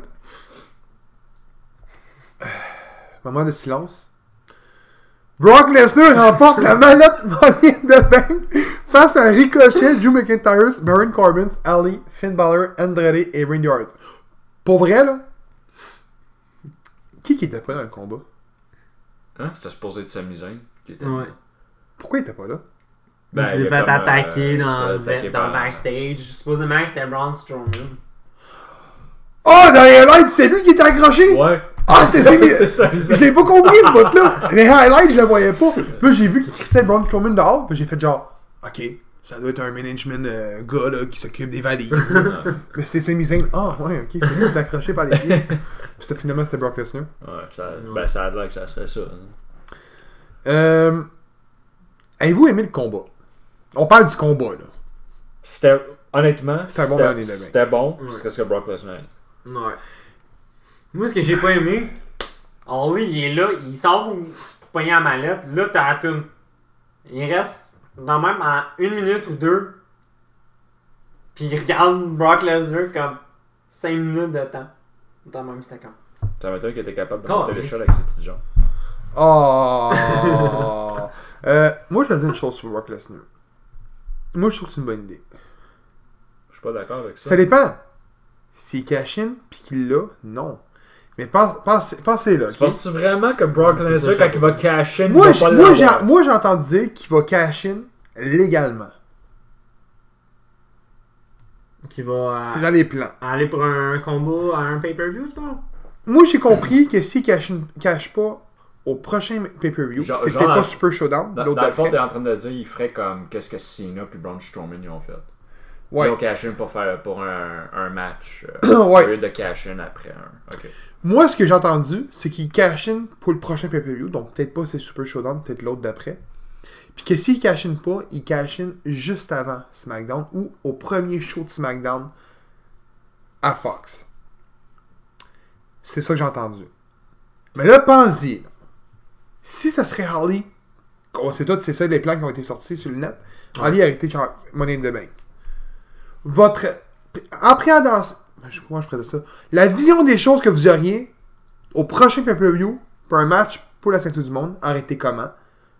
Speaker 1: Euh, Moment de silence. Brock Lesnar remporte la mallette Money in the Bank face à Ricochet, Drew McIntyre, Baron Corbin, Ali, Finn Balor, Andrade et Randy Orton. Pour vrai, là, qui qui était pas dans le combat?
Speaker 2: Hein? C'était supposé être Sami Zayn qui était
Speaker 3: Ouais.
Speaker 1: Pourquoi il était pas là?
Speaker 2: Ben,
Speaker 3: il
Speaker 2: il
Speaker 3: s'est
Speaker 2: a
Speaker 3: fait
Speaker 2: comme,
Speaker 3: attaquer
Speaker 2: euh, il s'est
Speaker 3: dans,
Speaker 2: attaqué
Speaker 3: dans le
Speaker 2: par-
Speaker 3: backstage. Supposément que c'était Braun Strowman.
Speaker 1: Oh, dans les lights, c'est lui qui était accroché!
Speaker 2: Ouais.
Speaker 1: Ah, c'était Sami-
Speaker 2: C'est Sami
Speaker 1: Je
Speaker 2: Zayn.
Speaker 1: l'ai pas compris ce bot là Les highlights, je le voyais pas. Puis là, j'ai vu qu'il crissait Braun Strowman dehors. Puis j'ai fait genre, ok, ça doit être un management euh, gars là, qui s'occupe des valises. Mais c'était Sami Zayn. Ah, ouais, ok, c'est lui qui était accroché par les pieds. Puis c'était- finalement, c'était Brock Lesnar.
Speaker 2: Ouais, ça, ben, ça a l'air que ça serait ça. hein.
Speaker 1: Euh, Avez-vous aimé le combat On parle du combat là.
Speaker 2: C'était, honnêtement,
Speaker 1: C'était un bon dernier
Speaker 2: c'était
Speaker 1: de main.
Speaker 2: c'était bon,
Speaker 3: Ouais.
Speaker 2: jusqu'à ce que Brock Lesnar. ait.
Speaker 3: Ouais. Moi, ce que j'ai pas aimé, Oli, il est là, il sort pour pogner la mallette. Là, t'as la toune. Il reste dans même en une minute ou deux. Puis il regarde Brock Lesnar comme 5 minutes de temps. Dans même, c'était comme.
Speaker 2: Ça m'étonne qu'il était capable de
Speaker 3: Oh,
Speaker 2: monter
Speaker 3: mais
Speaker 2: l'échelle
Speaker 3: c'est-
Speaker 2: avec ses petits gens.
Speaker 1: Oh Euh, Moi, je vais dire une chose sur Brock Lesnar. Moi, je trouve que c'est une bonne idée.
Speaker 2: Je suis pas d'accord avec ça.
Speaker 1: Ça dépend. S'il cash in pis qu'il l'a, non. Mais pense, pense, pensez là.
Speaker 2: Tu penses-tu vraiment que Brock
Speaker 3: C'est ça,
Speaker 2: Lesnar,
Speaker 3: je-
Speaker 2: quand il va cacher, il
Speaker 1: Moi,
Speaker 2: va
Speaker 1: j'-
Speaker 2: pas
Speaker 1: moi, j'ai,
Speaker 2: l'avoir?
Speaker 1: moi, j'ai entendu dire qu'il va cash in légalement.
Speaker 3: Qui va euh,
Speaker 2: Ah.
Speaker 1: C'est dans les plans.
Speaker 3: aller pour un combo à un pay-per-view, tu vois?
Speaker 1: Moi, j'ai compris que s'il cash, in- cash pas au prochain pay-per-view,
Speaker 2: Genre-
Speaker 1: c'est
Speaker 2: genre
Speaker 1: peut-être pas
Speaker 2: dans-
Speaker 1: Super Showdown,
Speaker 2: Dans,
Speaker 1: l'autre
Speaker 2: dans le fond,
Speaker 1: d'après.
Speaker 2: t'es en train de dire, il ferait comme qu'est-ce que Cena puis Braun Strowman ils ont fait.
Speaker 1: Ouais.
Speaker 2: Ils ont caché pour faire pour un, un match. euh,
Speaker 1: Ouais.
Speaker 2: Au lieu de cacher après un. Ok.
Speaker 1: Moi, ce que j'ai entendu, c'est qu'il cash in pour le prochain pay-per-view, donc peut-être pas c'est Super Showdown, peut-être l'autre d'après. Puis que s'il cash in pas, il cash in juste avant SmackDown ou au premier show de SmackDown à Fox. C'est ça que j'ai entendu. Mais là, pensez y Si ça serait Harley, on sait tous, c'est ça les plans qui ont été sortis sur le net, Harley a arrêté genre Money in the Bank. Votre. Appréhendant. je- Comment je présente ça La vision des choses que vous auriez au prochain pay-per-view pour un match pour la ceinture du monde, arrêtez comment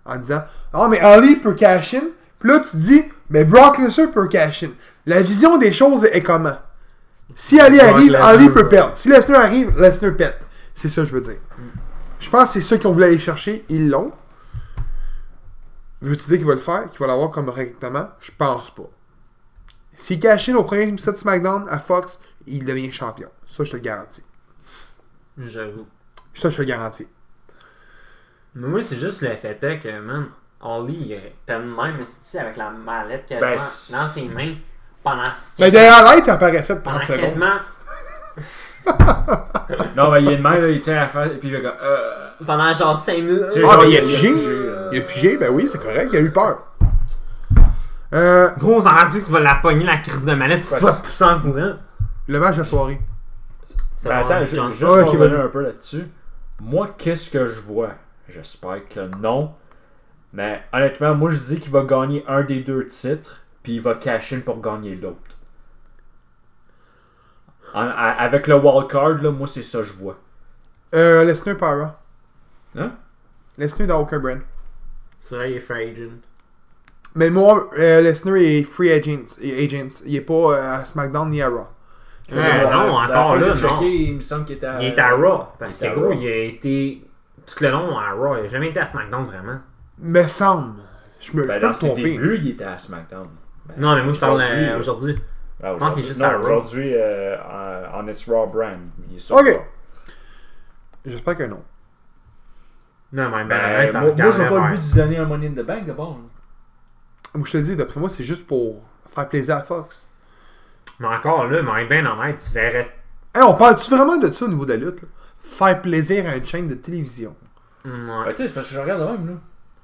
Speaker 1: En disant Ah, mais Harley peut cash in. Puis là, tu dis Mais Brock Lesnar peut cash in. La vision des choses est comment Si Ali
Speaker 3: Brock
Speaker 1: arrive,
Speaker 3: Lesnar,
Speaker 1: Harley peut
Speaker 3: ouais.
Speaker 1: perdre. Si Lesnar arrive, Lesnar pète. C'est ça que je veux dire. Je pense que c'est ça qu'on voulait aller chercher. Ils l'ont. Veux-tu dire qu'il va le faire, qu'il va l'avoir comme règlement Je pense pas. S'il caché au premier épisode de SmackDown à Fox, il devient champion. Ça, je te le garantis.
Speaker 3: J'avoue.
Speaker 1: Ça, je te le garantis.
Speaker 3: Mais moi, c'est juste le fait est que, man, Oli, il est tellement même esti, avec la mallette quasiment
Speaker 2: Ben, c'est-
Speaker 3: dans ses mains pendant
Speaker 1: Mais derrière l'aide, ça apparaissait de
Speaker 3: pendant
Speaker 1: 30 secondes.
Speaker 3: quasiment
Speaker 2: Non, mais il est de même, là, il tient la face, et puis il fait comme. euh,
Speaker 3: pendant genre 5 minutes.
Speaker 2: tu sais,
Speaker 1: Ah,
Speaker 2: genre,
Speaker 1: mais il a figé.
Speaker 2: là.
Speaker 1: Il a figé, ben oui, c'est correct, il a eu peur. Euh,
Speaker 3: Gros, on s'en rend compte que tu vas la pogner la crise de mallette si tu vas pousser en courant.
Speaker 1: le match de la soirée.
Speaker 3: Ça
Speaker 2: Ben, attends,
Speaker 3: du
Speaker 2: ju-
Speaker 3: genre-
Speaker 2: juste
Speaker 1: Ouais,
Speaker 2: pour
Speaker 1: ok,
Speaker 2: revenir
Speaker 1: vas-y.
Speaker 2: un peu là-dessus. Moi, qu'est-ce que je vois J'espère que non. Mais honnêtement, moi, je dis qu'il va gagner un des deux titres, puis il va cash in pour gagner l'autre. En- a- avec le wildcard, là, moi, c'est ça que je vois.
Speaker 1: Euh, Lesnar par Raw.
Speaker 2: Hein?
Speaker 1: Lesnar dans aucun brand.
Speaker 3: C'est vrai, il est free agent.
Speaker 1: Mais moi, euh, Lesnar est free agent. agents. Il est pas euh, à SmackDown ni à Raw.
Speaker 3: Ouais,
Speaker 2: Ouais,
Speaker 3: Eh, non,
Speaker 2: la
Speaker 3: encore
Speaker 2: fois que
Speaker 3: là,
Speaker 2: j'ai
Speaker 3: non.
Speaker 2: checké, il me semble qu'il était à...
Speaker 3: Il est à Raw. Parce
Speaker 2: il est
Speaker 3: que
Speaker 2: à
Speaker 3: gros,
Speaker 2: Raw.
Speaker 3: il a été tout le long à Raw. Il a jamais été à SmackDown vraiment.
Speaker 1: Me semble. Je me
Speaker 2: Ben,
Speaker 1: peux
Speaker 2: dans
Speaker 1: me
Speaker 2: ses
Speaker 1: tromper.
Speaker 2: débuts, il était à SmackDown. Ben,
Speaker 3: Non, mais moi, je parle euh,
Speaker 2: aujourd'hui.
Speaker 3: aujourd'hui.
Speaker 2: Ah,
Speaker 3: pense que
Speaker 2: aujourd'hui-
Speaker 3: c'est juste
Speaker 2: non,
Speaker 3: à Raw.
Speaker 2: Aujourd'hui, euh, en- en It's Raw Brand. Il est sur
Speaker 1: Ok.
Speaker 2: Raw.
Speaker 1: J'espère que non.
Speaker 3: Non, mais ben,
Speaker 2: Ben,
Speaker 3: ça
Speaker 2: moi, moi, je vois
Speaker 3: regarde
Speaker 2: pas le but
Speaker 3: vers-
Speaker 2: d'y donner un Money in the Bank de bord.
Speaker 1: Moi, je te le dis, d'après moi, c'est juste pour faire plaisir à Fox.
Speaker 3: Mais encore là, Mike Ben en être, tu verrais.
Speaker 1: Hey, on parle-tu vraiment de ça au niveau de la lutte? là? Faire plaisir à une chaîne de télévision.
Speaker 3: Ouais.
Speaker 2: Ben, tu sais, c'est parce que je regarde de même, là.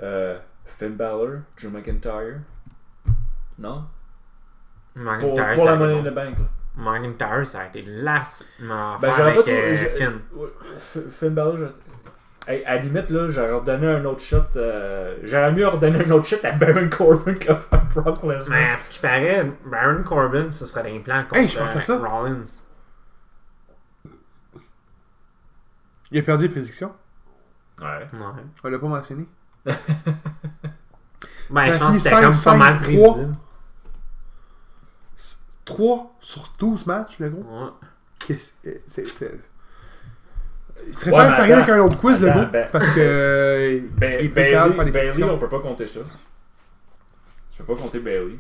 Speaker 2: Euh, Finn Balor, Drew McIntyre. Non?
Speaker 3: Mike
Speaker 2: Pour,
Speaker 3: Tyre,
Speaker 2: pour
Speaker 3: ça
Speaker 2: la
Speaker 3: a été
Speaker 2: Money in
Speaker 3: bon.
Speaker 2: the Bank, là.
Speaker 3: Morgan Tower, ça a été l'as ma
Speaker 2: Ben,
Speaker 3: affaire
Speaker 2: j'aurais pas
Speaker 3: avec
Speaker 2: trouvé.
Speaker 3: euh,
Speaker 2: je-
Speaker 3: Finn.
Speaker 2: ouais, F- Finn Balor, je- Hey, à la limite, là, j'aurais redonné un autre shot. euh, J'aurais mieux redonné un autre shot à Baron Corbin qu'à Brock Lesnar.
Speaker 3: Mais à ce qui paraît, Baron Corbin, ce serait un plan contre
Speaker 1: Hey, je pense à
Speaker 3: euh,
Speaker 1: ça.
Speaker 3: Rollins.
Speaker 1: Il a perdu les prédictions.
Speaker 2: Ouais.
Speaker 3: Ouais.
Speaker 1: On l'a pas mentionné.
Speaker 3: Ben,
Speaker 1: Ça
Speaker 3: je pense que
Speaker 1: finit
Speaker 3: c'était comme
Speaker 1: 5-5,
Speaker 3: pas
Speaker 1: 3.
Speaker 3: mal prévisible.
Speaker 1: 3 sur 12 matchs, le gros.
Speaker 3: Ouais.
Speaker 1: Qu'est-ce- euh, c'est- c'est- Il serait
Speaker 2: Ouais,
Speaker 1: temps
Speaker 2: mais
Speaker 1: que t'arrives
Speaker 2: attends.
Speaker 1: avec un autre quiz, le
Speaker 2: Attends,
Speaker 1: gros.
Speaker 2: ben-
Speaker 1: Parce que. euh, il
Speaker 2: Ba-
Speaker 1: est plus capable de faire
Speaker 2: Ben, Bailey,
Speaker 1: des
Speaker 2: Bailey, on
Speaker 1: prédictions.
Speaker 2: peut pas compter ça. Tu peux pas compter Bailey.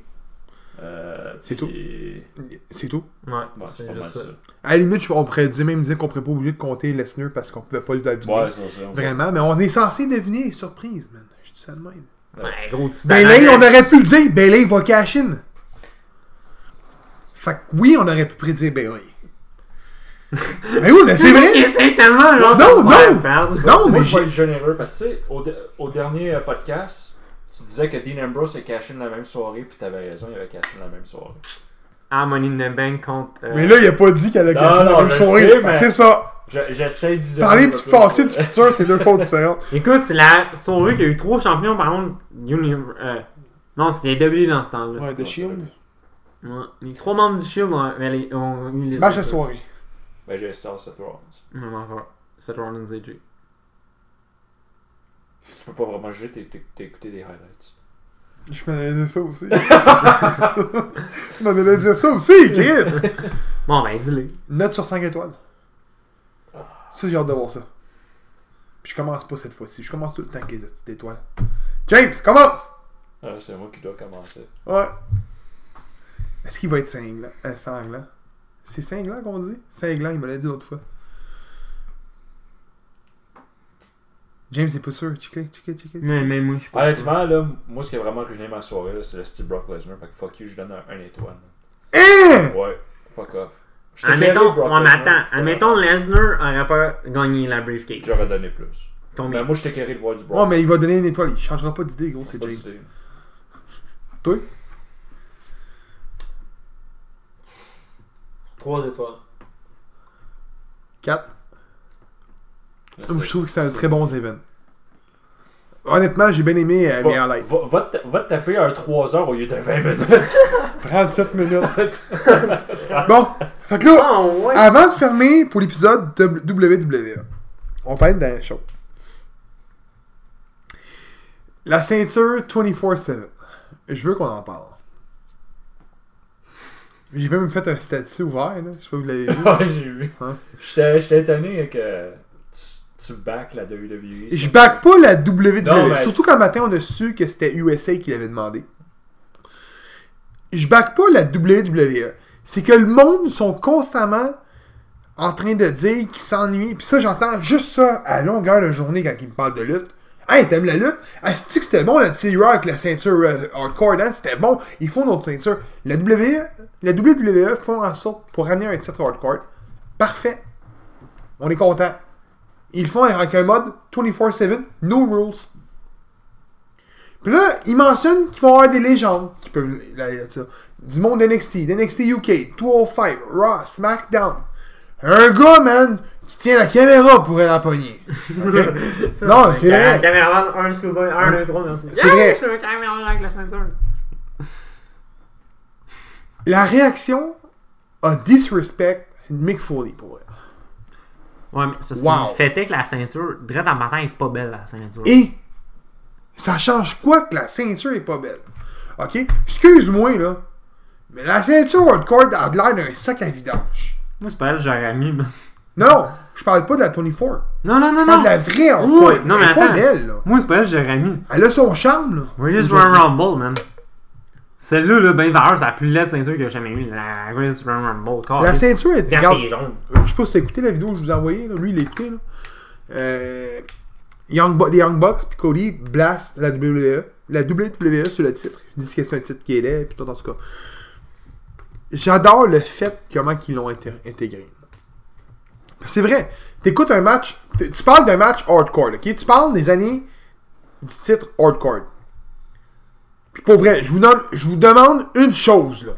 Speaker 2: Euh,
Speaker 1: C'est
Speaker 2: puis-
Speaker 1: C'est tout.
Speaker 3: Ouais,
Speaker 2: Bon, c'est
Speaker 3: c'est
Speaker 2: pas mal
Speaker 3: juste
Speaker 2: ça.
Speaker 3: ça.
Speaker 1: À la limite, je- on pourrait dire- même dire qu'on pourrait pas obligé de compter Lesnar parce qu'on pouvait pas le deviner.
Speaker 2: Ouais, c'est ça.
Speaker 1: Vraiment, mais on est censé deviner les surprises, man. Je dis ça de même.
Speaker 3: Ben, gros, tu
Speaker 1: Bailey,
Speaker 3: t'en
Speaker 1: on aurait
Speaker 3: analyses.
Speaker 1: pu le dire. Bailey va cash in. Fait que oui, on aurait pu prédire Bailey. mais oui, mais c'est vrai.
Speaker 3: C'est tellement genre.
Speaker 1: Non,
Speaker 3: de faire
Speaker 1: non.
Speaker 3: perdre.
Speaker 1: Non,
Speaker 2: Moi,
Speaker 1: mais
Speaker 2: je vais
Speaker 1: j'ai-
Speaker 2: être généreux parce que, tu sais, au, de- au dernier euh, podcast, tu disais que Dean Ambrose a caché la même soirée, puis t'avais raison, il avait caché la même soirée.
Speaker 3: Ah, Money in the Bank contre. euh,
Speaker 1: Mais là, il a pas dit qu'elle a cash in
Speaker 2: non,
Speaker 1: la même
Speaker 2: je
Speaker 1: soirée.
Speaker 2: sais,
Speaker 1: Fait que
Speaker 2: mais-
Speaker 1: C'est ça.
Speaker 2: Je- J'essaie de
Speaker 1: Parler du passé, du futur, c'est deux choses différentes.
Speaker 3: Écoute, c'est la souris qui a eu trois champions, par contre. Univ- euh, non, c'était les WWE dans ce temps-là.
Speaker 1: Ouais, The Shield.
Speaker 3: Ouais. Les trois membres du Shield ont, mais les- ont eu les.
Speaker 1: Match de soirée.
Speaker 2: Ben, j'ai Star Seth Rollins.
Speaker 3: Même affaire. Seth Rollins et Jay.
Speaker 2: Tu peux pas vraiment juger, t'es- t'es- t'as écouté des highlights.
Speaker 1: Je m'en dit ça aussi. Je m'en allais dire ça aussi, Chris.
Speaker 3: Bon, ben, dis-le.
Speaker 1: Note sur 5 étoiles. Ça, j'ai hâte de voir ça. Puis je commence pas cette fois-ci. Je commence tout le temps avec les petites étoiles. James, commence!
Speaker 2: Ah, c'est moi qui dois commencer.
Speaker 1: Ouais. Est-ce qu'il va être cinglant? Euh, sanglant? C'est cinglant qu'on dit? Cinglant, il me l'a dit l'autre fois. James est pas sûr. Checker, checker, checker.
Speaker 3: Mais même moi, je suis pas. sûr.
Speaker 2: Honnêtement, là, moi, ce qui a vraiment ruiné ma soirée, là, c'est le Steve Brock Lesnar. Fait que fuck you, je donne un, un étoile.
Speaker 1: Hein?
Speaker 2: Ouais, fuck off. J'étais carré,
Speaker 3: Admettons,
Speaker 2: Brock
Speaker 3: on
Speaker 2: Lesnar,
Speaker 3: attend.
Speaker 2: je te-
Speaker 3: Admettons, Lesnar aurait pas gagné la briefcase.
Speaker 2: J'aurais donné plus. Mais
Speaker 3: Combien
Speaker 2: moi, j'étais carré de voir du Brock.
Speaker 1: Ouais, mais il va donner une étoile. Il changera pas d'idée, gros, Oh, c'est
Speaker 2: Pas de
Speaker 1: James.
Speaker 2: idée.
Speaker 1: Toi?
Speaker 3: Trois étoiles.
Speaker 1: 4.
Speaker 2: Merci.
Speaker 1: Je trouve que c'est un très bon event. Honnêtement, j'ai bien aimé euh, mes
Speaker 2: Va,
Speaker 1: highlights.
Speaker 2: va- va te- va te taper un 3 heures au lieu de 20 minutes.
Speaker 1: 37 minutes. bon, fait que là,
Speaker 3: Oh, ouais!
Speaker 1: avant de fermer pour l'épisode de WWE, on parle d'un show. La ceinture 24-7. Je veux qu'on en parle. J'ai même fait un statut ouvert, là. Je sais pas si vous l'avez vu.
Speaker 2: Ouais, j'ai vu.
Speaker 1: Hein?
Speaker 2: J'étais j'étais étonné que tu, tu back la E. WWE.
Speaker 1: Je back pas la WWE.
Speaker 2: Non, mais
Speaker 1: Surtout
Speaker 2: c'est-
Speaker 1: qu'un matin, on a su que c'était USA qui l'avait demandé. Je back pas la WWE. C'est que le monde sont constamment en train de dire qu'ils s'ennuient. Puis ça, j'entends juste ça à longueur de journée quand ils me parlent de lutte. Hey, t'aimes la lutte? Ah, tu que c'était bon la t avec la ceinture euh, hardcore dance? C'était bon. Ils font notre ceinture. La WWE, la WWE font en sorte pour ramener un titre hardcore. Parfait. On est content. Ils le font avec un mode 24-7, no rules. Puis là, ils mentionnent qu'ils vont avoir des légendes qui peuvent. là, là, ça, du monde NXT, NXT UK, 205, Raw, SmackDown. Un gars, man, qui tient la caméra pour la pogner. Ok? non, c'est
Speaker 3: Un
Speaker 1: vrai.
Speaker 3: caméraman, un scuba, un, deux, trois, merci.
Speaker 1: C'est vrai.
Speaker 3: Je suis un caméraman avec la ceinture.
Speaker 1: La réaction a disrespect Mick Foley pour elle.
Speaker 3: Ouais, mais c'est parce
Speaker 1: Wow.
Speaker 3: qu'il fêtait que la ceinture, direct en matin, est pas belle la ceinture.
Speaker 1: Et ça change quoi que la ceinture est pas belle? Ok? Excuse-moi, là. Mais la ceinture hardcore a de l'air d'un sac à vidange.
Speaker 3: Moi, c'est pas elle, j'aurais mis. mais-
Speaker 1: Non, je parle pas de la 24.
Speaker 3: Non, non, non,
Speaker 1: Je parle
Speaker 3: non.
Speaker 1: de la vraie hardcore.
Speaker 3: Oui, non,
Speaker 1: elle
Speaker 3: mais
Speaker 1: est pas
Speaker 3: attends.
Speaker 1: belle, là.
Speaker 3: Moi, c'est pas elle, j'aurais mis.
Speaker 1: Elle a son charme, là.
Speaker 3: Greatest
Speaker 1: aujourd'hui.
Speaker 3: Royal Rumble, man. Celle-là, là, ben valeur, c'est la plus laide ceinture que j'ai jamais eue. La Greatest Royal Rumble, car.
Speaker 1: La ceinture est.
Speaker 3: Regarde
Speaker 1: Regarde,
Speaker 3: tes jaunes.
Speaker 1: Euh, je sais pas si t'as écouté la vidéo que je vous ai envoyée, là. lui il l'a écouté. Là. Euh, Young Bu- les Young Bucks puis Cody blast la WWE la WWE sur le titre. Ils disent que c'est un titre qui est laid, puis tout, en tout cas. J'adore le fait comment qu'ils l'ont inté- intégré. C'est vrai. T'écoutes un match, t- tu parles d'un match hardcore, ok? Tu parles des années du titre hardcore. Puis pour vrai, je vous, nomme- je vous demande une chose, là.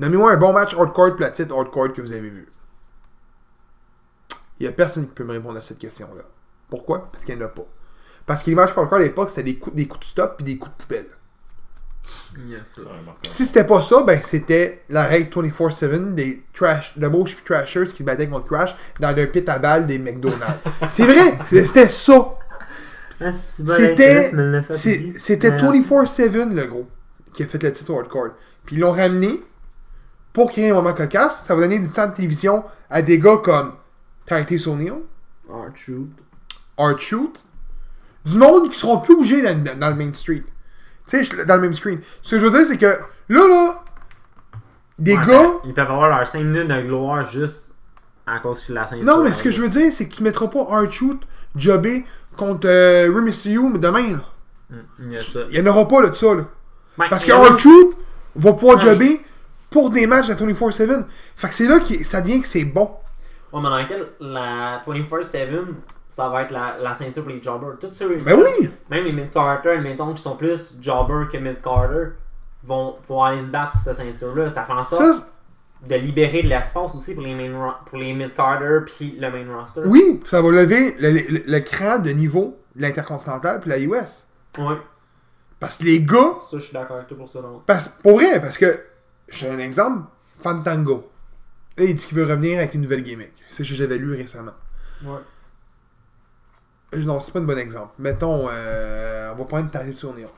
Speaker 1: Nommez-moi un bon match hardcore pour la titre hardcore que vous avez vu. Il y a personne qui peut me répondre à cette question-là. Pourquoi? Parce qu'il n'y en a pas. Parce que les matchs hardcore à l'époque, c'était des coups, des coups de stop puis des coups de poubelle.
Speaker 3: Yes, sir.
Speaker 1: Puis si c'était pas ça, ben c'était la règle 24-7 des trash, de Bush puis Trashers qui se battaient contre Trash dans un pit à balles des McDonald's. c'est vrai, c'est- c'était ça.
Speaker 3: Ah, c'est bon,
Speaker 1: C'était
Speaker 3: tu me l'as fait
Speaker 1: c'est-
Speaker 3: oublier.
Speaker 1: c'était
Speaker 3: Ouais.
Speaker 1: 24-7 le gros qui a fait le titre hardcore. Puis ils l'ont ramené pour créer un moment cocasse. Ça va donner du temps de télévision à des gars comme Titus O'Neill,
Speaker 3: Ah, true.
Speaker 1: Art Shoot, du monde qui seront plus obligés dans, dans- dans le main street. Tu sais, je- dans le même screen. Ce que je veux dire, c'est que là, là, des
Speaker 3: Ouais,
Speaker 1: gars.
Speaker 3: ben, Ils peuvent avoir leurs 5 minutes de gloire juste à cause de la scène.
Speaker 1: Non, mais ce que je veux dire, c'est que tu mettras pas un shoot jobé contre euh, Rey Mysterio demain. là.
Speaker 3: Il y a ça.
Speaker 1: Il y en aura pas là, de ça. là.
Speaker 3: Ben,
Speaker 1: Parce
Speaker 3: il
Speaker 1: que
Speaker 3: y en a-
Speaker 1: un shoot va pouvoir
Speaker 3: Ouais.
Speaker 1: jobber pour des matchs à 24-7. Fait que c'est là que ça devient que c'est bon.
Speaker 3: Ouais, Oh, mais dans laquelle la 24-7, ça va être la, la ceinture pour les jobbers. Toutes ceux
Speaker 1: Ben oui!
Speaker 3: Même les mid-carter, admettons, qui sont plus jobbers que mid-carter, vont pouvoir aller se battre pour cette ceinture-là. Ça fait en sorte
Speaker 1: Ça, c'est-
Speaker 3: de libérer de l'espace aussi pour les, main ro- pour les mid-carter puis le main roster.
Speaker 1: oui, ça va lever le, le- le cran de niveau de l'intercontinental puis la US.
Speaker 3: Ouais.
Speaker 1: Parce que les gars,
Speaker 3: Ça, je suis d'accord avec toi pour ça. Donc.
Speaker 1: parce, pour vrai, parce que, je te donne un exemple, Fantango. Là, il dit qu'il veut revenir avec une nouvelle gimmick. C'est ce que j'avais lu récemment.
Speaker 3: Ouais.
Speaker 1: Euh, Non, c'est pas un bon exemple. Mettons, euh, on va prendre Tattoo Tournéon.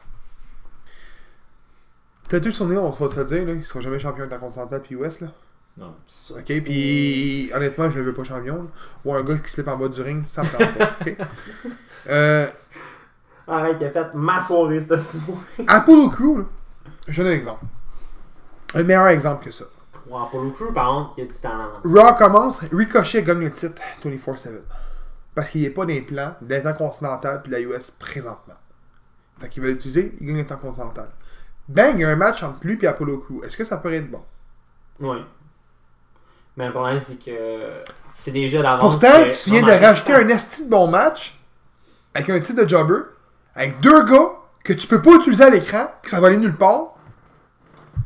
Speaker 1: Tattoo Tournéon, on va se le dire, là, ils seront jamais champions intercontinental puis US, là.
Speaker 2: Non.
Speaker 3: Ça,
Speaker 1: Ok, puis honnêtement, je le veux pas champion. là. Ou un gars qui slip en bas du ring, ça me tente pas. ok? Euh,
Speaker 3: Arrête, il a fait ma soirée cette soirée.
Speaker 1: Apollo Crew, là, je donne un exemple. Un meilleur exemple que ça.
Speaker 3: Pour Apollo Crew, par contre, il y a du talent.
Speaker 1: Raw commence, Ricochet gagne le titre 24-7. Parce qu'il n'est pas dans les plans de l'intercontinental puis de la US présentement. Fait qu'il veut l'utiliser, il gagne l'intercontinental. Bang, il y a un match entre lui et Apollo Crew. Est-ce que ça pourrait être bon?
Speaker 3: Oui. Mais le problème, c'est que c'est déjà d'avance.
Speaker 1: Pourtant,
Speaker 3: que-
Speaker 1: tu viens
Speaker 3: Non,
Speaker 1: de
Speaker 3: mais-
Speaker 1: racheter un esti de bon match avec un titre de jobber, avec deux gars que tu peux pas utiliser à l'écran, que ça va aller nulle part,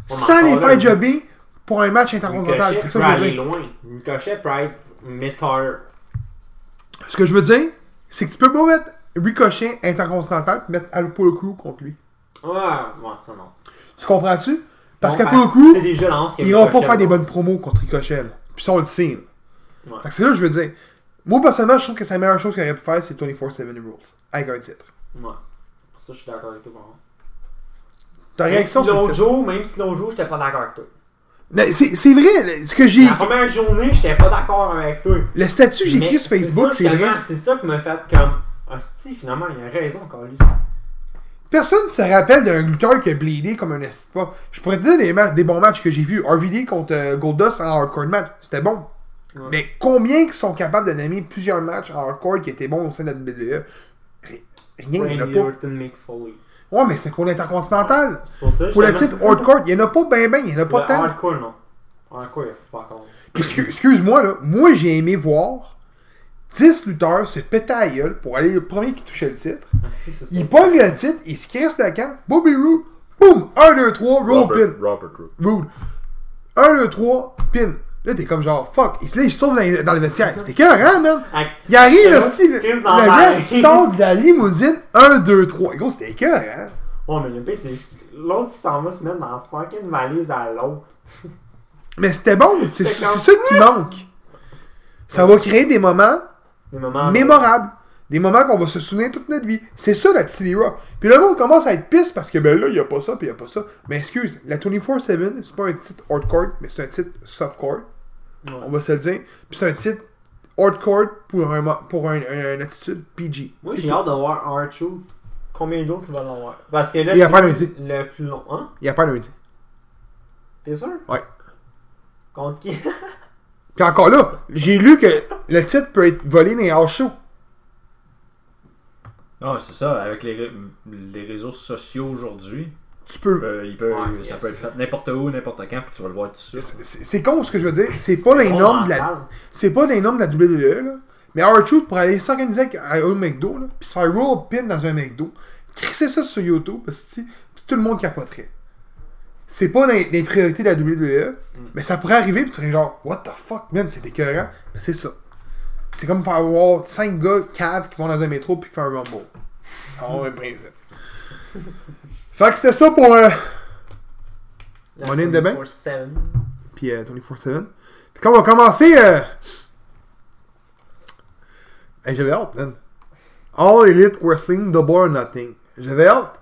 Speaker 3: mais
Speaker 1: sans les
Speaker 3: encore
Speaker 1: faire
Speaker 3: là,
Speaker 1: jobber pour un match intercontinental.
Speaker 3: Ricochet
Speaker 1: C'est
Speaker 3: peut
Speaker 1: ça que je veux
Speaker 3: aller
Speaker 1: dire.
Speaker 3: loin. Ricochet peut être mid-carter.
Speaker 1: Ce que je veux dire, c'est que tu peux pas mettre Ricochet intercontinental et mettre Apollo Crew contre lui.
Speaker 3: Ouais, ouais, ça non.
Speaker 1: Tu comprends-tu? Parce
Speaker 3: Non,
Speaker 1: qu'Apollo
Speaker 3: ah, C'est
Speaker 1: Crew,
Speaker 3: déjà d'avance. qu'il y
Speaker 1: ils
Speaker 3: a
Speaker 1: vont pas
Speaker 3: Ricochet,
Speaker 1: faire des
Speaker 3: là.
Speaker 1: bonnes promos contre Ricochet. là. Puis ça, on le sait. là.
Speaker 3: Ouais.
Speaker 1: Fait que c'est là que je veux dire. Moi, personnellement, je trouve que c'est la meilleure chose qu'il aurait pu faire, c'est 24-7 Rules. Avec un titre.
Speaker 3: Ouais. Pour ça, je suis d'accord avec toi. par contre.
Speaker 1: Ta
Speaker 3: Même si
Speaker 1: réaction sur le
Speaker 3: l'autre
Speaker 1: titre.
Speaker 3: jour, même si l'autre jour, j'étais pas d'accord avec toi.
Speaker 1: Mais c'est c'est vrai, là, ce que j'ai.
Speaker 3: La première journée, j'étais pas d'accord avec toi.
Speaker 1: Le statut que j'ai
Speaker 3: Mais
Speaker 1: écrit sur Facebook,
Speaker 3: ça,
Speaker 1: c'est vrai.
Speaker 3: finalement, C'est ça qui m'a fait comme. Ah, si, finalement, il a raison, Carlis.
Speaker 1: Personne ne se rappelle d'un lutteur qui a bleedé comme un esti de pas. Je pourrais te dire des, matchs- des bons matchs que j'ai vus. RVD contre euh, Goldust en hardcore match, c'était bon.
Speaker 3: Ouais.
Speaker 1: Mais combien qui sont capables de nommer plusieurs matchs en hardcore qui étaient bons au sein de la WWE Ri- Rien, il n'y en a
Speaker 3: Randy
Speaker 1: pas.
Speaker 3: Orton, Mick Foley.
Speaker 1: Ouais, mais c'est pour l'intercontinental.
Speaker 3: C'est pour ça.
Speaker 1: Pour le
Speaker 3: justement-
Speaker 1: titre hardcore, il n'y en a pas ben ben, il n'y en a
Speaker 3: Pour
Speaker 1: pas
Speaker 3: le
Speaker 1: tant.
Speaker 3: Hardcore, non. Hardcore, il y a fuck all.
Speaker 1: Puis excu- Excuse-moi, là, moi j'ai aimé voir 10 lutteurs se péter à la gueule pour aller le premier qui touchait le titre.
Speaker 3: Ah, si, c'est ça.
Speaker 1: Il pogne le titre, il se crisse le camp, Bobby Roode, boum, 1, 2, 3, roll pin.
Speaker 2: Robert, Robert Root.
Speaker 1: Roode. 1, 2, 3, pin. Là, t'es comme genre, fuck. Il se lève, il se sauve dans, les- dans le vestiaire. C'était écœurant, man.
Speaker 3: Ah,
Speaker 1: Il arrive
Speaker 3: là,
Speaker 1: aussi,
Speaker 3: tu
Speaker 1: le,
Speaker 3: te crises dans
Speaker 1: le
Speaker 3: la
Speaker 1: ref
Speaker 3: main.
Speaker 1: sort de la limousine, 1, 2, 3. Gros, c'était écœurant.
Speaker 3: Ouais, mais le pire, c'est que l'autre, il s'en va se mettre dans la fucking valise à l'autre.
Speaker 1: Mais c'était bon, c'est
Speaker 3: C'était
Speaker 1: c'est
Speaker 3: comme-
Speaker 1: ça qui manque. Ça va créer des moments
Speaker 3: Des moments.
Speaker 1: mémorables. Des moments qu'on va se souvenir toute notre vie. C'est ça la Tilly Rock. Puis le monde commence à être pisse parce que ben là, il n'y a pas ça, puis il n'y a pas ça. Mais excuse, la 24-7, c'est pas un titre hardcore, mais c'est un titre softcore. On va se le dire. Puis c'est un titre hardcore pour, un, mo- pour un, un- une attitude PG.
Speaker 3: Moi,
Speaker 1: C'est
Speaker 3: j'ai
Speaker 1: tout.
Speaker 3: hâte de voir Archou. Combien d'autres il va l'avoir Parce que là,
Speaker 1: Il y a pas
Speaker 3: c'est
Speaker 1: lundi.
Speaker 3: le plus long. Hein
Speaker 1: Il n'y a pas lundi.
Speaker 3: T'es sûr
Speaker 1: Ouais.
Speaker 3: Contre qui
Speaker 1: Puis encore là, j'ai lu que le titre peut être volé dans les house shows.
Speaker 2: Non, Ah, c'est ça, avec les, ré- les réseaux sociaux aujourd'hui,
Speaker 1: Tu peux.
Speaker 2: euh, il peut-
Speaker 3: Ouais,
Speaker 2: ça
Speaker 3: yes.
Speaker 2: peut être fait n'importe où, n'importe quand, puis tu vas le voir tout ça.
Speaker 1: C'est- C'est c'est con ce que je veux dire. C'est pas les
Speaker 3: con
Speaker 1: normes
Speaker 3: dans
Speaker 1: de la.
Speaker 3: salle.
Speaker 1: C'est pas les normes de la WWE, là. Mais Hard Truth pourrait aller s'organiser avec- à un McDo, là, puis se faire roll pin dans un McDo, crisser ça sur YouTube, parce que si- puis tout le monde capoterait. C'est pas des, des priorités de la WWE, mais ça pourrait arriver, puis tu serais genre, what the fuck, man, c'est écœurant. Mais c'est ça. C'est comme faire avoir 5 gars caves qui vont dans un métro puis qui font un rumble. Ah On un principe. Fait que c'était ça pour. euh,
Speaker 3: La
Speaker 1: Money in the Bank?
Speaker 3: 24/7.
Speaker 1: puis euh, 24-7. Fait qu'on va commencer. Euh... hey, J'avais hâte, man. All Elite Wrestling, Double or Nothing. J'avais hâte.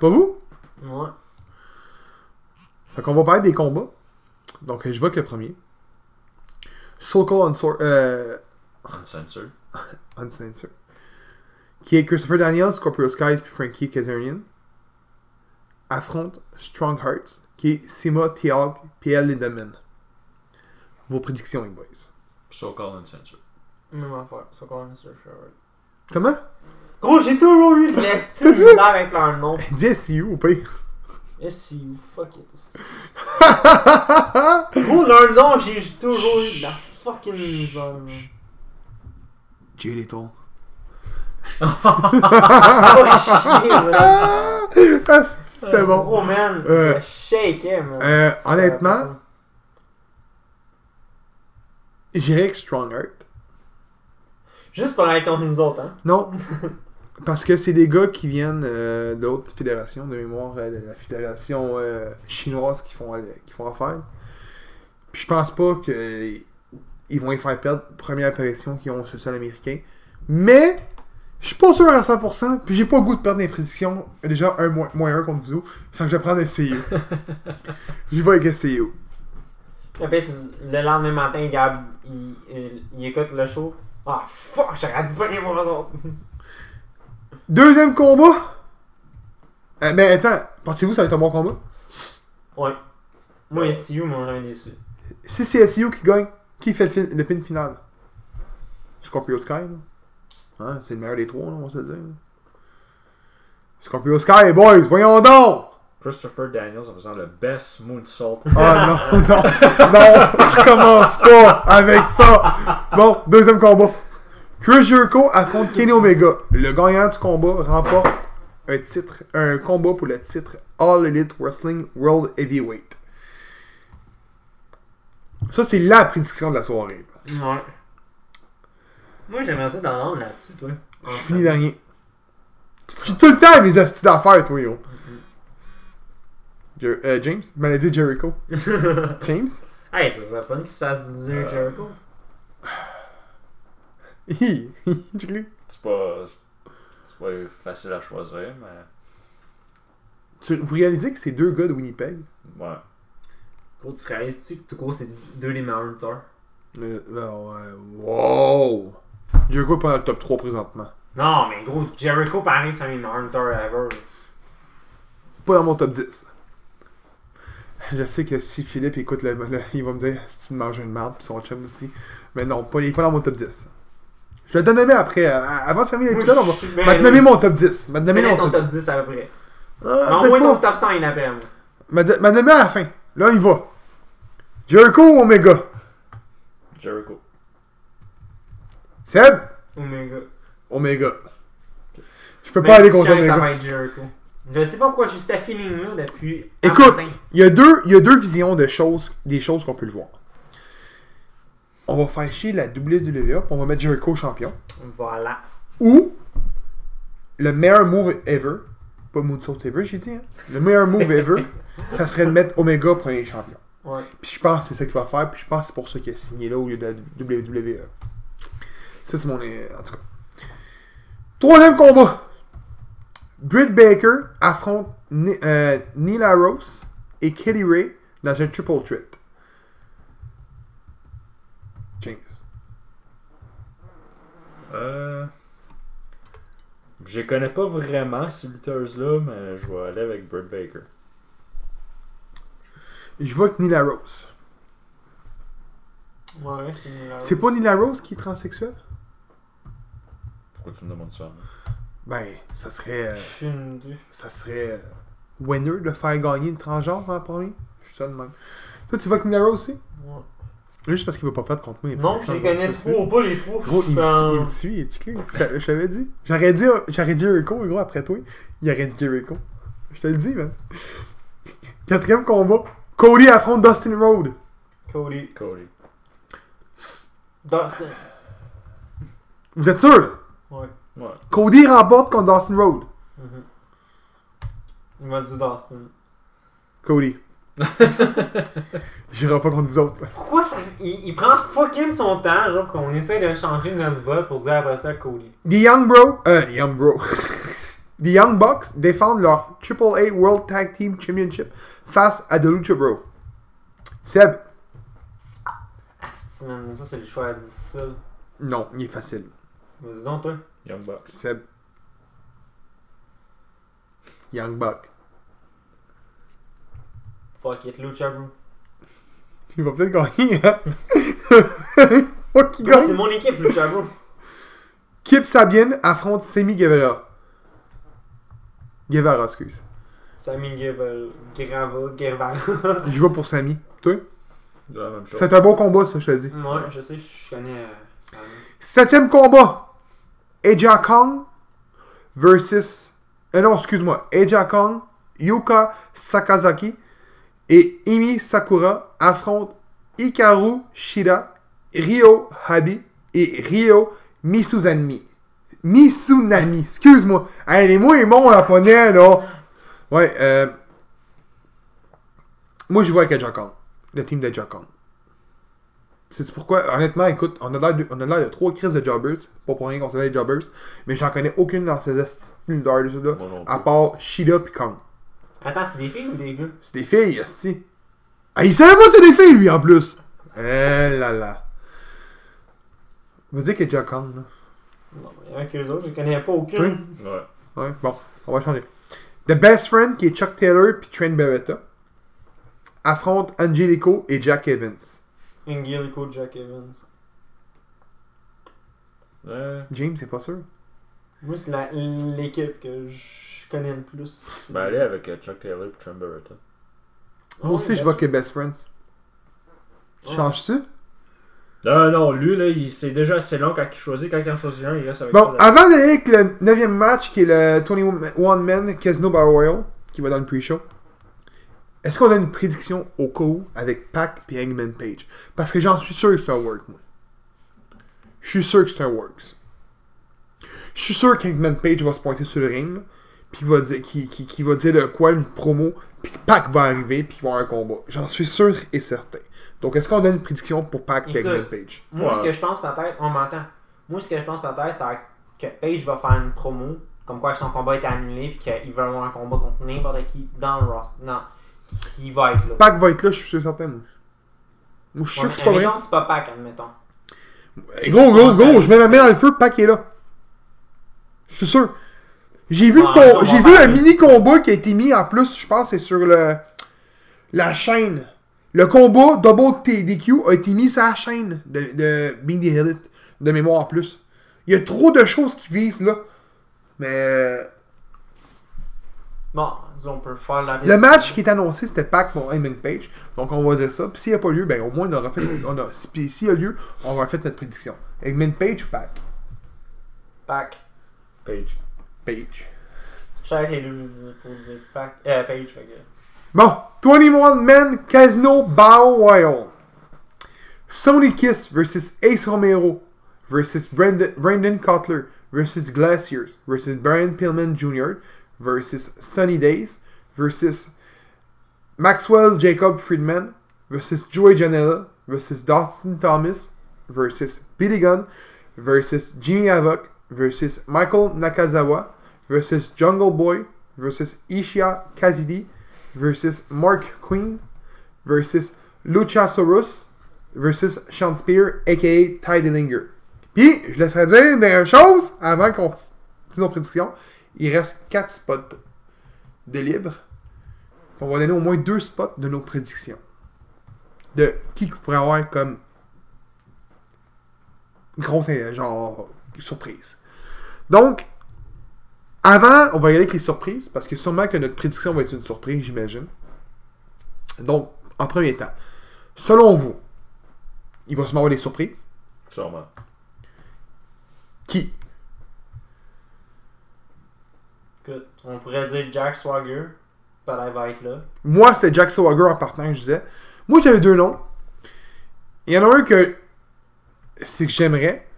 Speaker 1: Pas vous?
Speaker 3: Ouais.
Speaker 1: Fait qu'on va parler des combats. Donc, euh, je vais avec le premier. Soko Unsor- euh,
Speaker 2: Uncensored.
Speaker 1: Uncensored. Qui est Christopher Daniels, Scorpio Skies puis Frankie Kazarian. Affronte Strong Hearts, qui est Sima Tiag puis El Lindemann. Vos prédictions, les boys.
Speaker 2: So-called uncensored.
Speaker 3: Même affaire. Ça commence sur Sherwood.
Speaker 1: Comment?
Speaker 3: Gros, j'ai toujours eu de l'estime de misère avec leur nom.
Speaker 1: Dis SCU au pire.
Speaker 3: SCU, fuck it. Gros, leur nom, j'ai j'ai toujours eu de la fucking misère. man.
Speaker 1: Jay Little.
Speaker 3: Oh chier, man.
Speaker 1: Ah! Ah, C'était bon.
Speaker 3: Gros, man.
Speaker 1: Euh,
Speaker 3: je shake, hein, man.
Speaker 1: euh,
Speaker 3: Ça,
Speaker 1: honnêtement,
Speaker 3: ça.
Speaker 1: J'irai avec Strong Heart.
Speaker 3: Juste pour être entre nous autres, hein.
Speaker 1: Non. Parce que c'est des gars qui viennent euh, d'autres fédérations, de mémoire, euh, de la fédération euh, chinoise qui font, euh, qui font affaire. Puis je pense pas que euh, ils vont les faire perdre première apparition qu'ils ont sur le sol américain. Mais je suis pas sûr à 100%, puis j'ai pas le goût de perdre mes prédictions. Déjà, un moins, moins un contre vous. Fait que je vais prendre SCU. J'y vais avec SCU.
Speaker 3: Le pire, c'est le lendemain matin, Gab, il, il- il écoute le show. Ah, fuck, j'aurais dû pas rien voir d'autre.
Speaker 1: Deuxième combat. Euh, mais attends, pensez-vous que ça va être un bon combat?
Speaker 3: Ouais. Moi, SCU m'ont jamais déçu.
Speaker 1: Si c'est SEO qui gagne, qui fait le, fin- le pin final? Scorpio Sky, là. Hein, c'est le meilleur des trois, là, on va se le dire. là. Scorpio Sky, boys, voyons donc!
Speaker 2: Christopher Daniels en faisant le best moonsault.
Speaker 1: Ah non, non, non, je recommence pas avec ça! Bon, deuxième combat. Chris Jericho affronte Kenny Omega. Le gagnant du combat remporte un titre, un combat pour le titre All Elite Wrestling World Heavyweight. Ça, c'est la prédiction de la soirée.
Speaker 3: Ouais. Moi, j'aimerais ça dans l'ombre là-dessus, toi.
Speaker 1: Je finis dernier. Tu te fies tout le temps à mes astuces d'affaires, toi, yo. Jer- euh, James? Tu m'avais dit Jericho. James?
Speaker 3: Hey, ça serait fun qu'il se fasse dire
Speaker 2: Euh.
Speaker 3: Jericho.
Speaker 1: Hi! hi, Jiggly.
Speaker 2: C'est pas, c'est pas facile à choisir, mais.
Speaker 1: Tu- Vous réalisez que c'est deux gars de Winnipeg?
Speaker 2: Ouais.
Speaker 3: Gros, tu réalises-tu que tout court, c'est deux des meilleurs lutteurs?
Speaker 1: Euh, non, ouais. Wow! Jericho est pas dans le top 3 présentement.
Speaker 3: Non, mais gros, Jericho, pareil, c'est un des meilleurs lutteurs ever.
Speaker 1: Pas dans mon top 10. Je sais que si Philippe écoute, le, le- il va me dire si tu manges une merde, puis son chum aussi. Mais non, pas, il est pas dans mon top 10. Je vais te nommer après. euh, Avant de terminer l'épisode, on va.
Speaker 3: je-
Speaker 1: Va te nommer mon top 10. Va te nommer
Speaker 3: Mets
Speaker 1: mon
Speaker 3: ton
Speaker 1: top
Speaker 3: top 10 à peu près.
Speaker 1: Ah,
Speaker 3: Non,
Speaker 1: peut-être
Speaker 3: moi, ton
Speaker 1: pas.
Speaker 3: top 100 il appelle, moi.
Speaker 1: Ma ma nommée à la fin. Là, il va. Jericho ou Omega?
Speaker 2: Jericho.
Speaker 1: Seb?
Speaker 3: Omega.
Speaker 1: Omega. Je peux
Speaker 3: Même
Speaker 1: pas aller
Speaker 3: Ben, si
Speaker 1: contre
Speaker 3: je sais que Ça
Speaker 1: Omega.
Speaker 3: va être Jericho. Je sais pas pourquoi j'ai ce feeling-là depuis. un
Speaker 1: Écoute,
Speaker 3: matin.
Speaker 1: il y, a deux, il y a deux visions de choses, des choses qu'on peut le voir. On va faire chier la WWE, puis on va mettre Jericho champion.
Speaker 3: Voilà.
Speaker 1: Ou le meilleur move ever, pas moonsault ever, j'ai dit, hein. le meilleur move ever, ça serait de mettre Omega premier champion.
Speaker 3: Ouais.
Speaker 1: Puis je pense que c'est ça qu'il va faire, puis je pense que c'est pour ça qu'il a signé là au lieu de la WWE. Ça, c'est mon. euh, En tout cas. Troisième combat Britt Baker affronte Ni- euh, Nila Rose et Kelly Ray dans un triple threat. James.
Speaker 2: Euh. Je les connais pas vraiment ces lutteuses-là, mais je vais aller avec Britt Baker.
Speaker 1: Je vois que Nila Rose.
Speaker 3: Ouais, c'est une
Speaker 1: C'est pas Nila Rose qui est transsexuelle
Speaker 2: Pourquoi tu me demandes ça? hein?
Speaker 1: Ben, ça serait. euh,
Speaker 2: Aucune idée.
Speaker 1: ça serait. euh, winner de faire gagner une transgenre en premier. Je suis ça de même. Toi, tu vas avec Minaro aussi
Speaker 2: Ouais.
Speaker 1: Juste parce qu'il veut pas perdre contre moi. il est
Speaker 3: Non,
Speaker 1: pas
Speaker 3: je les
Speaker 1: méchant,
Speaker 3: connais
Speaker 1: toi, tu
Speaker 3: trop pas, les trois.
Speaker 1: veux. Gros, il,
Speaker 3: Euh,
Speaker 1: il le suit, il est clé. Je t'avais dit. J'aurais dit, j'aurais dit Jericho, gros, après toi. Il aurait dit Jericho. Je te le dis, man. Quatrième combat. Cody affronte Dustin Road.
Speaker 3: Cody.
Speaker 2: Cody.
Speaker 3: Dustin.
Speaker 1: Vous êtes sûr, là?
Speaker 3: Ouais.
Speaker 2: Ouais.
Speaker 1: Cody remporte contre Dustin Road.
Speaker 3: mhm. Il m'a dit Dustin.
Speaker 1: Cody. J'irai pas contre vous autres.
Speaker 3: Pourquoi ça. Il, il prend fucking son temps, genre, pour qu'on essaie de changer notre vote pour dire après ça Cody.
Speaker 1: The Young Bro, euh, The Young Bro, The Young Bucks défendent leur AAA World Tag Team Championship face à The Lucha Bro. Seb,
Speaker 3: Asti, man, ça c'est le choix difficile.
Speaker 1: non, il est facile.
Speaker 3: Mais dis donc, toi.
Speaker 2: Young Bucks.
Speaker 1: Seb, Young Buck.
Speaker 3: Fuck it, Lucha Bro.
Speaker 1: Il va peut-être gagner, hein? Fuck, il
Speaker 3: Bro, C'est
Speaker 1: gagne.
Speaker 3: mon équipe, Lucha Bro.
Speaker 1: Kip Sabian affronte Semi Guevara. Guevara, excuse.
Speaker 3: Sammy Guevara. Guevara. Guevara.
Speaker 1: Je vais pour Sami. Toi?
Speaker 2: De la même chose.
Speaker 1: C'est un bon combat, ça, je te dis.
Speaker 3: Moi, je sais, je connais euh, Sammy.
Speaker 1: Septième combat. Aja Kong versus... euh, non, excuse-moi. Aja Kong, Yuka Sakazaki et Imi Sakura affrontent Hikaru Shida, Ryo Habi et Ryo Misuzanmi. Misunami, excuse-moi. Hey, les mots, ils montent en japonais, là. Ouais, euh... Moi, je vois avec Aja Kong. Le team d'Aja Kong. C'est pourquoi, honnêtement, écoute, on a l'air de, on a l'air de trois crises de jobbers, pas pour rien qu'on s'appelle les jobbers, mais j'en connais aucune dans ces styles là
Speaker 2: Moi non plus.
Speaker 1: à part Shida pis Kong.
Speaker 3: Attends, c'est des filles ou des gars
Speaker 1: C'est des filles, esti. Ah, il savait pas que c'était des filles, lui, en plus. Eh là là. Vous dites que Jack Kong, là.
Speaker 3: Non, mais avec eux autres, je connais pas aucune.
Speaker 1: Oui.
Speaker 2: Ouais.
Speaker 1: Ouais, bon, on va changer. The Best Friend, qui est Chuck Taylor puis Trent Beretta, affrontent Angelico et Jack Evans.
Speaker 3: Angelico Jack Evans.
Speaker 2: Ouais.
Speaker 1: James, c'est pas sûr.
Speaker 3: Moi, c'est la- l'équipe que je connais le plus.
Speaker 2: Ben, allez avec euh, Chuck Taylor et Trent Beretta.
Speaker 3: Ah
Speaker 1: Moi aussi, je vois que Best Friends.
Speaker 3: Ouais.
Speaker 1: Changes-tu?
Speaker 2: Non, non, lui, là, il c'est déjà assez long quand il choisit. Quand il en choisit un, il reste avec
Speaker 1: Bon,
Speaker 2: ça.
Speaker 1: avant d'aller avec le 9 match, qui est le 21 Man Casino Battle Royale, qui va dans le pre-show, est-ce qu'on a une prédiction au cas où avec Pac et Hangman Page Parce que j'en suis sûr que c'est un work, moi. Je suis sûr que c'est un works. Je suis sûr qu'Hangman Page va se pointer sur le ring, là, puis qu'il va dire, qu'il- qu'il- qu'il va dire de quoi une promo, puis que Pac va arriver, puis qu'il va y avoir un combat. J'en suis sûr et certain. Donc, est-ce qu'on a une prédiction pour Pac et
Speaker 3: Écoute.
Speaker 1: Hangman Page
Speaker 3: Moi, ce
Speaker 2: Ouais.
Speaker 3: que je pense peut-être, on m'entend. Moi, ce que je pense peut-être, c'est que Paige va faire une promo, comme quoi son combat est annulé, puis qu'il va avoir un combat contre n'importe qui dans le roster. Non, qui va être là.
Speaker 1: Pac va être là, je suis sûr et certain, moi. Moi, je suis sûr que c'est pas vrai.
Speaker 3: Admettons, c'est pas Pac, admettons.
Speaker 1: Hey, Gros, gros, gros, je mets ma main dans le feu, Pac est là. Je suis sûr. J'ai vu, le
Speaker 3: Ouais,
Speaker 1: com-
Speaker 3: on
Speaker 1: j'ai
Speaker 3: va
Speaker 1: vu un
Speaker 3: parler.
Speaker 1: mini combat qui a été mis en plus, je pense, c'est sur le la chaîne. Le combat Double TDQ a été mis sur la chaîne de, de Being the Elite, de mémoire en plus. Il y a trop de choses qui visent là. Mais euh,
Speaker 3: Bon, on peut faire la
Speaker 1: le match qui est annoncé, c'était Pac pour Aiming Page. Donc on va dire ça. Puis s'il n'y a pas lieu, ben au moins on aura fait. On a, puis s'il y a lieu, on aura fait notre prédiction. Aiming Page ou Pac
Speaker 3: Pac.
Speaker 2: Page.
Speaker 1: ah. Page.
Speaker 3: Je sais que les deux pour dire Pac. Euh, Paige, fait que.
Speaker 1: Bon, 21 Men Casino Battle Royale. Sony Kiss versus Ace Romero versus Brandon, Brandon Cutler versus Glaciers versus Brian Pillman Jr. versus Sunny Days versus Maxwell Jacob Friedman versus Joey Janela versus Dustin Thomas versus Billy Gunn versus Jimmy Havoc versus Michael Nakazawa versus Jungle Boy versus Ishia Kazidi versus Mark Queen versus Luchasaurus versus Sean Spear aka Ty Dillinger. Puis, je laisserai dire une dernière chose avant qu'on f- fasse nos prédictions. Il reste 4 spots de libre. On va donner au moins deux spots de nos prédictions. De qui qu'on pourrait avoir comme grosse euh, genre surprise. Donc, Avant, on va y aller avec les surprises, parce que sûrement que notre prédiction va être une surprise, j'imagine. Donc, en premier temps, selon vous, il va sûrement avoir des surprises.
Speaker 2: Sûrement.
Speaker 1: Qui
Speaker 3: Écoute, on pourrait dire Jack Swagger. Peut-être va être là.
Speaker 1: Moi, c'était Jack Swagger en partant, que je disais. Moi, j'avais deux noms. Il y en a un que c'est que j'aimerais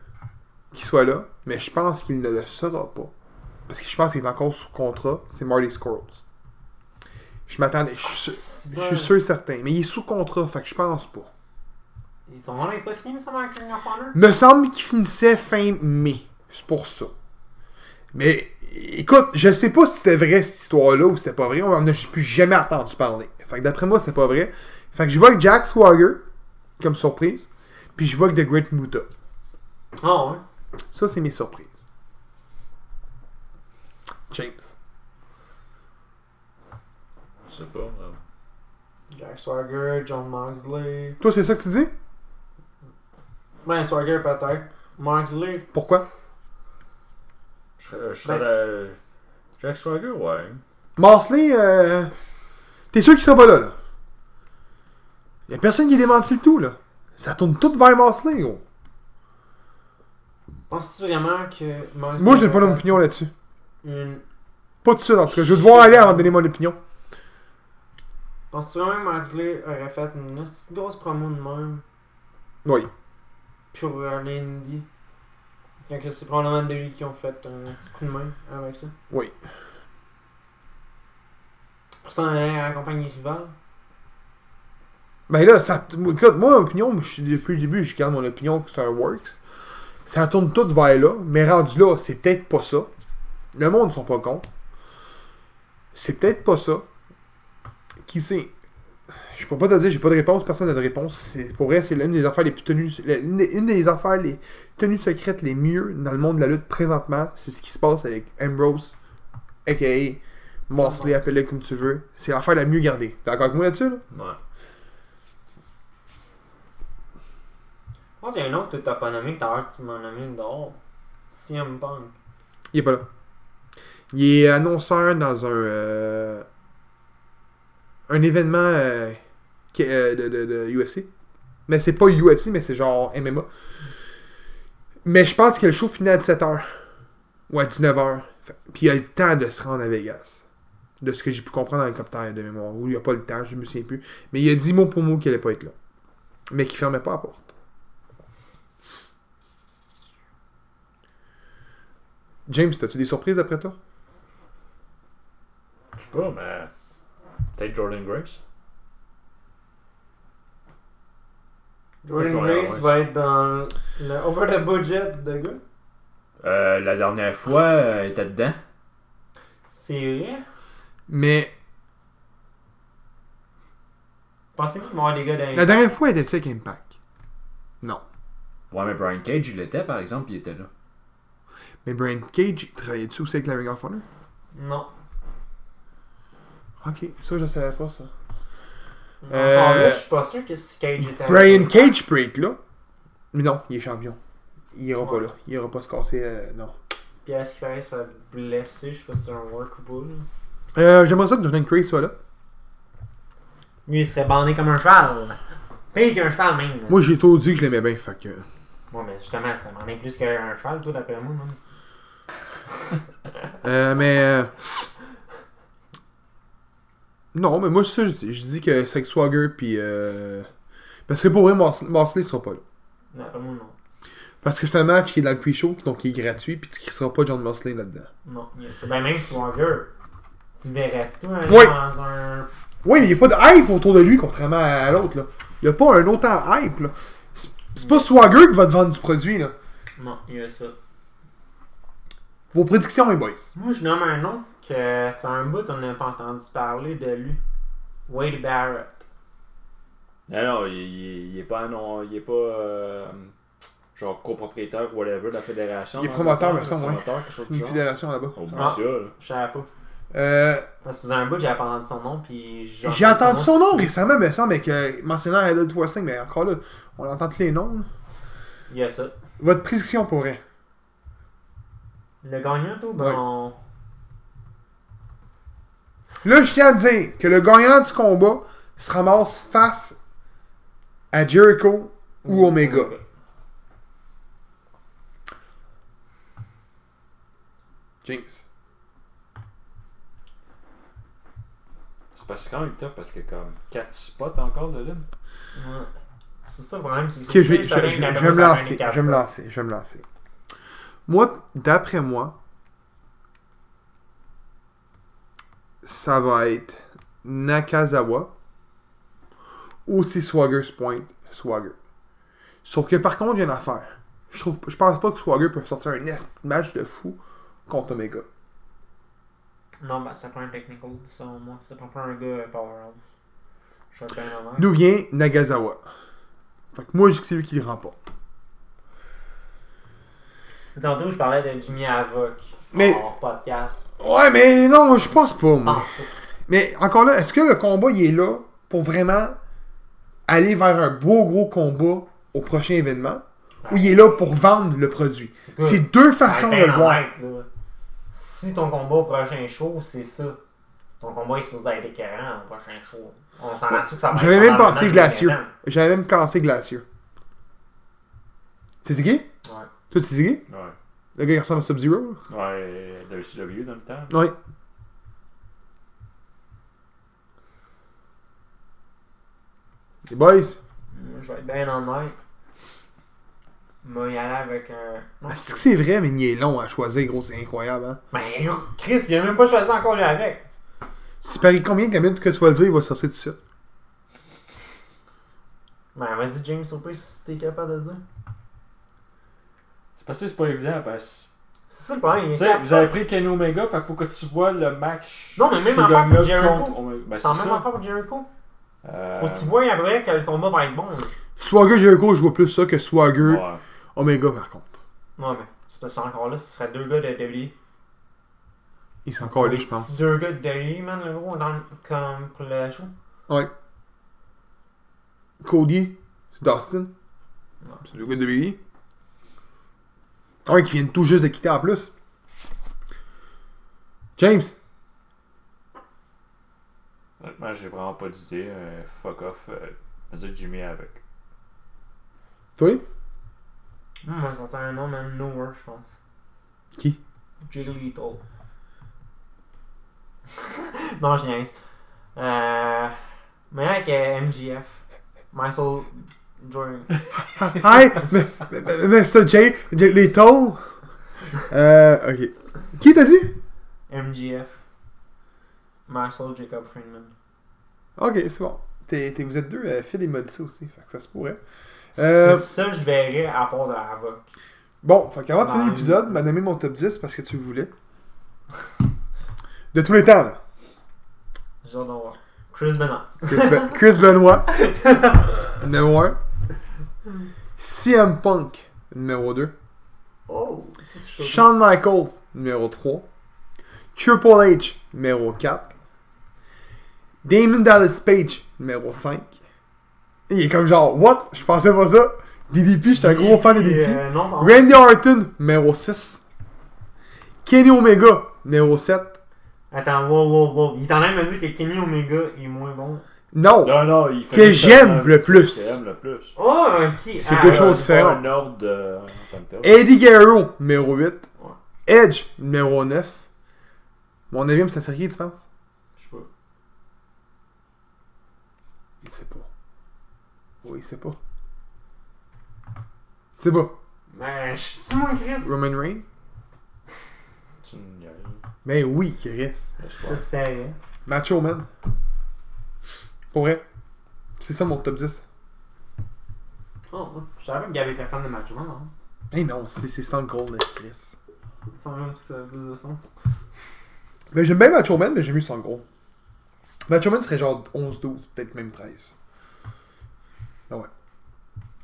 Speaker 1: qu'il soit là, mais je pense qu'il ne le sera pas. Parce que je pense qu'il est encore sous contrat. C'est Marty Squirrels. Je m'attendais. Je suis sûr- je suis sûr et certain. Mais il est sous contrat, fait que je pense pas.
Speaker 3: Ils sont là, pas fini, mais ça avec Ring of Honor.
Speaker 1: Me semble qu'il finissait fin mai. C'est pour ça. Mais écoute, je sais pas si c'était vrai cette histoire-là ou c'était pas vrai. On en a plus jamais entendu parler. Fait que d'après moi, c'était pas vrai. Fait que je vois avec Jack Swagger comme surprise. Puis je vois avec The Great Muta.
Speaker 3: Ah ouais.
Speaker 1: Ça, c'est mes surprises. James.
Speaker 2: Je sais pas. euh,
Speaker 3: Jack Swagger, John Moxley.
Speaker 1: Toi, c'est ça que tu dis?
Speaker 3: Ben, Swagger peut-être. Moxley.
Speaker 1: Pourquoi?
Speaker 2: Je serais. je
Speaker 1: Ben.
Speaker 2: serais, euh, Jack Swagger, ouais.
Speaker 1: Marsley, euh... t'es sûr qu'il sera pas là, là? Y'a personne qui démentit le tout, là. Ça tourne tout vers Marsley, gros.
Speaker 3: Penses-tu vraiment que Moxley.
Speaker 1: Moi, je n'ai pas
Speaker 3: peut être
Speaker 1: d'opinion là-dessus.
Speaker 3: Une...
Speaker 1: Pas de ça, en tout cas. Je vais devoir aller avant de donner mon opinion.
Speaker 3: Penses-tu vraiment que Moxley aurait fait une aussi grosse promo de même
Speaker 1: Oui.
Speaker 3: pour aller indie? Quand que c'est probablement de lui qui ont fait un coup de main avec ça.
Speaker 1: Oui.
Speaker 3: Pour s'en aller à la compagnie rivale.
Speaker 1: Ben là, ça... écoute, moi, mon opinion, je suis- depuis le début, je garde mon opinion que c'est un works. Ça tourne tout vers là, mais rendu là, c'est peut-être pas ça. Le monde sont pas cons. C'est peut-être pas ça. Qui sait? Je peux pas te dire, j'ai pas de réponse, personne n'a de réponse. C'est- Pour vrai, c'est l'une des affaires les plus tenues. la- Une des- une des affaires les tenues secrètes les mieux dans le monde de la lutte présentement. C'est ce qui se passe avec Ambrose, aka Mosley, appelle-le comme tu veux. C'est l'affaire la mieux gardée. T'es d'accord avec moi là-dessus? là?
Speaker 2: Ouais.
Speaker 3: Moi, j'ai un autre que t'as pas nommé, que t'as l'air que tu m'as nommé dehors. CM Punk.
Speaker 1: Il est pas là. Il est annonceur dans un. euh, un événement euh, qui- euh, de, de- de UFC. Mais c'est pas UFC, mais c'est genre MMA. Mais je pense que le show finit à 17h. Ou à 19h. Fait- Puis il a le temps de se rendre à Vegas. De ce que j'ai pu comprendre dans l'hélicoptère de mémoire. Ou il a pas le temps, je me souviens plus. Mais il a dit mot pour mot qu'il allait pas être là. Mais qu'il fermait pas la porte. James, as-tu des surprises après toi?
Speaker 2: Je sais pas, mais. Peut-être Jordan Grace.
Speaker 3: Jordan
Speaker 2: Ouais,
Speaker 3: Grace
Speaker 2: ouais.
Speaker 3: va être dans le Over the Budget de gars.
Speaker 2: Euh, la dernière fois, euh, elle était dedans.
Speaker 3: C'est vrai.
Speaker 1: Mais
Speaker 3: Pensez qu'ils vont avoir des gars dans
Speaker 1: la dernière fois, il était avec Impact. Non.
Speaker 2: Ouais, mais Brian Cage, il était par exemple, il était là.
Speaker 1: Mais Brian Cage, il travaillait-tu aussi avec la Ring of Honor?
Speaker 3: Non.
Speaker 1: Ok, ça je savais pas ça.
Speaker 3: Encore
Speaker 1: Euh,
Speaker 3: là, je suis pas sûr que si Cage était
Speaker 1: Brian
Speaker 3: avec-
Speaker 1: Cage peut être là. Mais non, il est champion. Il ira pas
Speaker 3: Ouais.
Speaker 1: là. Il ira pas se casser. euh, non.
Speaker 3: Puis à ce qu'il paraît, ça a blessé. Je sais pas si c'est un work ou pas. là.
Speaker 1: Euh, J'aimerais ça que Jordan Cray soit là.
Speaker 4: Lui, il serait bandé comme un cheval. Pire qu'un cheval, même.
Speaker 1: Moi j'ai tout dit que je l'aimais bien, fait que.
Speaker 4: Ouais, mais justement, ça m'en est plus qu'un cheval, toi, d'après moi. non?
Speaker 1: Euh, mais. euh, Non, mais moi c'est ça que je dis. Je dis que c'est avec Swagger puis. Euh... Parce que pour vrai, Mars- Marsley sera pas là.
Speaker 3: D'après moi, non.
Speaker 1: Parce que c'est un match qui est dans le pre-show, donc qui est gratuit, puis tu ne seras pas John Marsley là-dedans.
Speaker 3: Non. il- C'est bien Ben, même Swagger. Tu le verrais-tu, toi, hein,
Speaker 1: Oui.
Speaker 3: dans un.
Speaker 1: Oui, mais il n'y a pas de hype autour de lui, contrairement à l'autre. là. Il n'y a pas un autant hype. là. C'est c'est pas Swagger qui va te vendre du produit. là.
Speaker 3: Non, il y a ça.
Speaker 1: Vos prédictions, mes boys.
Speaker 3: Moi, je nomme un nom que ça fait un bout qu'on n'a pas entendu parler de lui. Wade Barrett.
Speaker 2: Non, non, il, il- il est pas. Non, il est pas. euh, genre copropriétaire ou whatever de la fédération.
Speaker 1: Il est promoteur,
Speaker 2: me
Speaker 1: me semble, ouais.
Speaker 2: Promoteur, quelque chose du
Speaker 1: Une
Speaker 2: genre.
Speaker 1: fédération là-bas.
Speaker 2: On dit
Speaker 3: Ah.
Speaker 2: ça, là.
Speaker 3: Je savais pas.
Speaker 1: Euh,
Speaker 3: Parce que faisait un bout, j'avais pas entendu son nom, puis
Speaker 1: J'ai entendu son nom récemment, me semble, avec euh, mentionnant Adult Wrestling, mais encore là, on entend tous les noms. là.
Speaker 3: Il y a ça.
Speaker 1: Votre prédiction pourrait.
Speaker 3: Le gagnant, tout, ben
Speaker 1: Ouais.
Speaker 3: on...
Speaker 1: Là, je tiens à dire que le gagnant du combat se ramasse face à Jericho ou Omega. James.
Speaker 2: C'est parce que c'est quand même tough parce qu'il y a comme 4 spots encore de lune.
Speaker 3: Ouais. C'est ça le problème, c'est que
Speaker 1: Ok, je,
Speaker 3: c'est
Speaker 1: vais-
Speaker 3: ça, ça
Speaker 1: je-
Speaker 3: vient
Speaker 1: je- je
Speaker 3: de la
Speaker 1: vais me
Speaker 3: grosse année
Speaker 1: lancer,
Speaker 3: quatre,
Speaker 1: je vais me
Speaker 3: là.
Speaker 1: lancer, je vais me lancer. Moi, d'après moi, ça va être Nakazawa ou si Swaggers Point Swagger. Sauf que par contre, il y a une affaire. Je, trouve, je pense pas que Swagger peut sortir un esti de match de fou contre Omega.
Speaker 3: Non, bah ça prend un technical, ça au moins. Ça prend pas un gars euh, powerhouse. Je vais être bien honnête.
Speaker 1: Nous vient Nagazawa. Fait que moi, je dis que c'est lui qui le remporte.
Speaker 3: C'est tantôt, je parlais de Jimmy Havoc.
Speaker 1: Mais- Mm.
Speaker 3: En podcast.
Speaker 1: Ouais, mais non, je pense pas, moi.
Speaker 3: Pense pas.
Speaker 1: Mais encore là, est-ce que le combat, il est là pour vraiment aller vers un beau gros combat au prochain événement? Ou il est là pour vendre le produit?
Speaker 3: Good.
Speaker 1: C'est deux façons
Speaker 3: Faut
Speaker 1: de
Speaker 3: être
Speaker 1: le
Speaker 3: bien
Speaker 1: voir.
Speaker 3: honnête, Ben, là. Si ton combat au prochain show, c'est ça. Ton combat, il se supposé d'être écœurant au prochain show. On s'en assure que ça va
Speaker 1: J'avais
Speaker 3: être
Speaker 1: même
Speaker 3: probablement
Speaker 1: pensé
Speaker 3: le
Speaker 1: glacieux.
Speaker 3: main event.
Speaker 1: J'avais même pensé glacieux. T'es gay?
Speaker 3: Ouais.
Speaker 1: Toi, t'es gay?
Speaker 2: Ouais.
Speaker 1: Le gars qui ressemble à Sub-Zero?
Speaker 2: Ouais, WCW dans le temps.
Speaker 1: Ouais. Les boys,
Speaker 3: Moi, Je vais être bien honnête. Moi, y aller avec un. Non.
Speaker 1: est-ce que c'est vrai, mais il est long à choisir, gros, c'est incroyable, hein?
Speaker 3: Mais non, Chris, il a même pas choisi encore lui avec.
Speaker 1: Si tu paries combien de camions que tu vas le dire, il va sortir de ça.
Speaker 3: Ben, vas-y, James, au pire, si t'es capable de le dire.
Speaker 2: C'est parce que c'est pas évident parce
Speaker 3: C'est ça le problème, il
Speaker 2: Tu
Speaker 3: est
Speaker 2: sais,
Speaker 3: quatre
Speaker 2: vous avez pris Kenny Omega, fait faut que tu vois le match.
Speaker 3: Non, mais même
Speaker 2: que
Speaker 3: affaire
Speaker 2: le gars
Speaker 3: pour Jericho.
Speaker 2: contre Omega. Ben,
Speaker 3: C'est en
Speaker 2: c'est
Speaker 3: même
Speaker 2: ça.
Speaker 3: affaire pour Jericho.
Speaker 2: Euh,
Speaker 3: Faut que tu vois après que le combat va être bon. là.
Speaker 1: Swagger Jericho, je vois plus ça que Swagger
Speaker 2: ouais.
Speaker 1: Omega par contre.
Speaker 3: Ouais, mais c'est parce que encore là, ce serait deux gars de WWE.
Speaker 1: Ils sont encore là, je
Speaker 3: Les
Speaker 1: pense.
Speaker 3: petits Deux gars de WWE, man, le gros, dans, comme pour le show.
Speaker 1: Ouais. Cody, c'est Dustin.
Speaker 3: Non.
Speaker 1: C'est le gars de WWE. Ouais, qui viennent tout juste de quitter en plus. James,
Speaker 2: Honnêtement, j'ai vraiment pas d'idée. euh, fuck off. Euh, vas-y, Jimmy avec.
Speaker 1: toi
Speaker 3: Hum, ouais, ça sert un nom, man, Nowhere, je pense.
Speaker 1: Qui
Speaker 3: Jigglytoe. non, je niaise. Euh. Maintenant avec euh, MGF. Michael Jordan.
Speaker 1: Hi, m- m- m- Mr. J, J- les taux. Euh, ok. Qui t'as dit
Speaker 3: MGF. Marcel Jacob Friedman.
Speaker 1: Ok, c'est bon. T'es- t'es- vous êtes deux, euh, Phil et m'a dit ça aussi, fait que ça se pourrait. Euh,
Speaker 3: C'est ça que je verrais à part de Havoc.
Speaker 1: Bon, fait qu'avant de finir
Speaker 3: Ben,
Speaker 1: l'épisode, m'a nommé mon top 10 parce que tu le voulais. De tous les temps, là.
Speaker 3: Genre d'en voir. Chris Benoit.
Speaker 1: Chris, Ben- Chris Benoit, numéro 1. CM Punk, numéro 2.
Speaker 3: Oh, c'est chaud.
Speaker 1: Shawn Michaels, numéro 3. Triple H, numéro 4. Damon Dallas Page, numéro 5. Il est comme genre, what? Je pensais pas ça. DDP, j'étais un gros fan de DDP.
Speaker 3: Euh, non, pardon.
Speaker 1: Randy Orton, numéro 6. Kenny Omega, numéro 7.
Speaker 3: Attends, wow, wow, wow. Il est en train de me dire que Kenny Omega est moins bon.
Speaker 1: Non,
Speaker 2: Non, non, il fait
Speaker 1: que
Speaker 2: juste
Speaker 1: j'aime
Speaker 2: un-
Speaker 1: le
Speaker 2: Que
Speaker 1: plus. Ah,
Speaker 2: j'aime le plus.
Speaker 3: Oh, ok.
Speaker 1: C'est quelque
Speaker 3: ouais.
Speaker 1: chose-
Speaker 2: C'est pas
Speaker 1: différent.
Speaker 2: un ordre de. en tant que tel.
Speaker 1: Eddie Guerrero, numéro 8.
Speaker 3: Ouais.
Speaker 1: Edge, numéro 9. Mon avis, ça serait qui, tu penses?
Speaker 3: Je sais pas.
Speaker 1: Il sait pas. Oui, il sait pas. C'est pas.
Speaker 3: Ben, je suis moi, Chris.
Speaker 1: Roman Reigns?
Speaker 2: Tu me niaises.
Speaker 1: Ben oui, Chris.
Speaker 2: Je
Speaker 3: Ça,
Speaker 2: pense.
Speaker 3: c'était rien.
Speaker 1: Macho Man. Pour vrai. C'est ça mon top 10.
Speaker 3: Oh, ouais. je savais pas que Gab était fan de Matchman, hein.
Speaker 1: Eh non, c'est c'est Stone Cold, là, Chris.
Speaker 3: Ça me fait plus de sens.
Speaker 1: Mais Ben, j'aime bien Macho Man, mais j'aime mieux Stone Cold. Macho Man serait genre 11, 12, peut-être même 13. Ah ouais.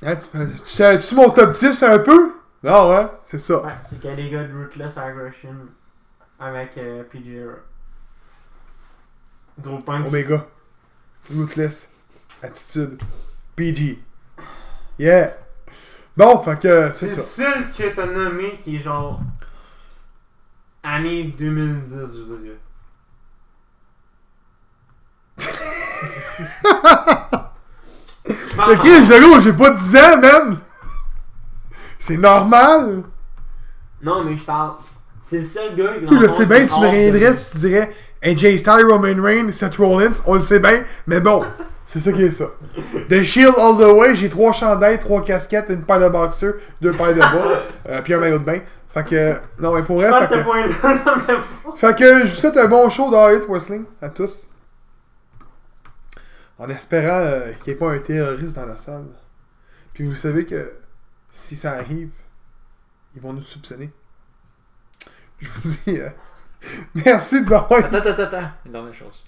Speaker 1: Hein, tu, tu sais-tu mon top 10 un peu? Non, hein? C'est ça.
Speaker 3: Ouais, c'est qu'il y a des gars de Ruthless Aggression avec euh, PJ Rock. Gros punk.
Speaker 1: Omega. Ruthless. Attitude. PG. Yeah. Bon, fait que c'est
Speaker 3: C'est
Speaker 1: ça.
Speaker 3: le seul que t'as nommé qui est genre. Année 2010, je veux dire.
Speaker 1: Le Chris, de gros, j'ai pas 10 ans, man! C'est normal!
Speaker 3: Non, mais je parle. C'est le seul gars qui.
Speaker 1: Tu le sais bien, tu me reviendrais, tu te dirais AJ Styles, Roman Reigns, Seth Rollins, on le sait bien, mais bon, c'est ça qui est ça. The Shield All the Way, j'ai trois chandails, trois casquettes, une paire de boxeurs, deux paires de bas, euh, puis un maillot de bain. Fait que, non, mais pour vrai,
Speaker 5: Pas à
Speaker 1: fait
Speaker 5: ce
Speaker 1: que,
Speaker 5: point-là, non, mais bon.
Speaker 1: fait que je vous souhaite un bon show dans Hit Wrestling à tous. En espérant euh, qu'il n'y ait pas un terroriste dans la salle. Puis vous savez que si ça arrive, ils vont nous soupçonner. Je vous dis euh, merci de nous avoir
Speaker 2: Attends, attends, attends. Une dernière chose.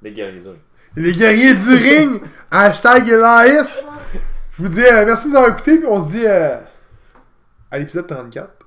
Speaker 2: Les guerriers. oui.
Speaker 1: Les guerriers du ring, hashtag Elias. Je vous dis euh, merci de nous avoir écoutés, puis on se dit euh, à l'épisode 34.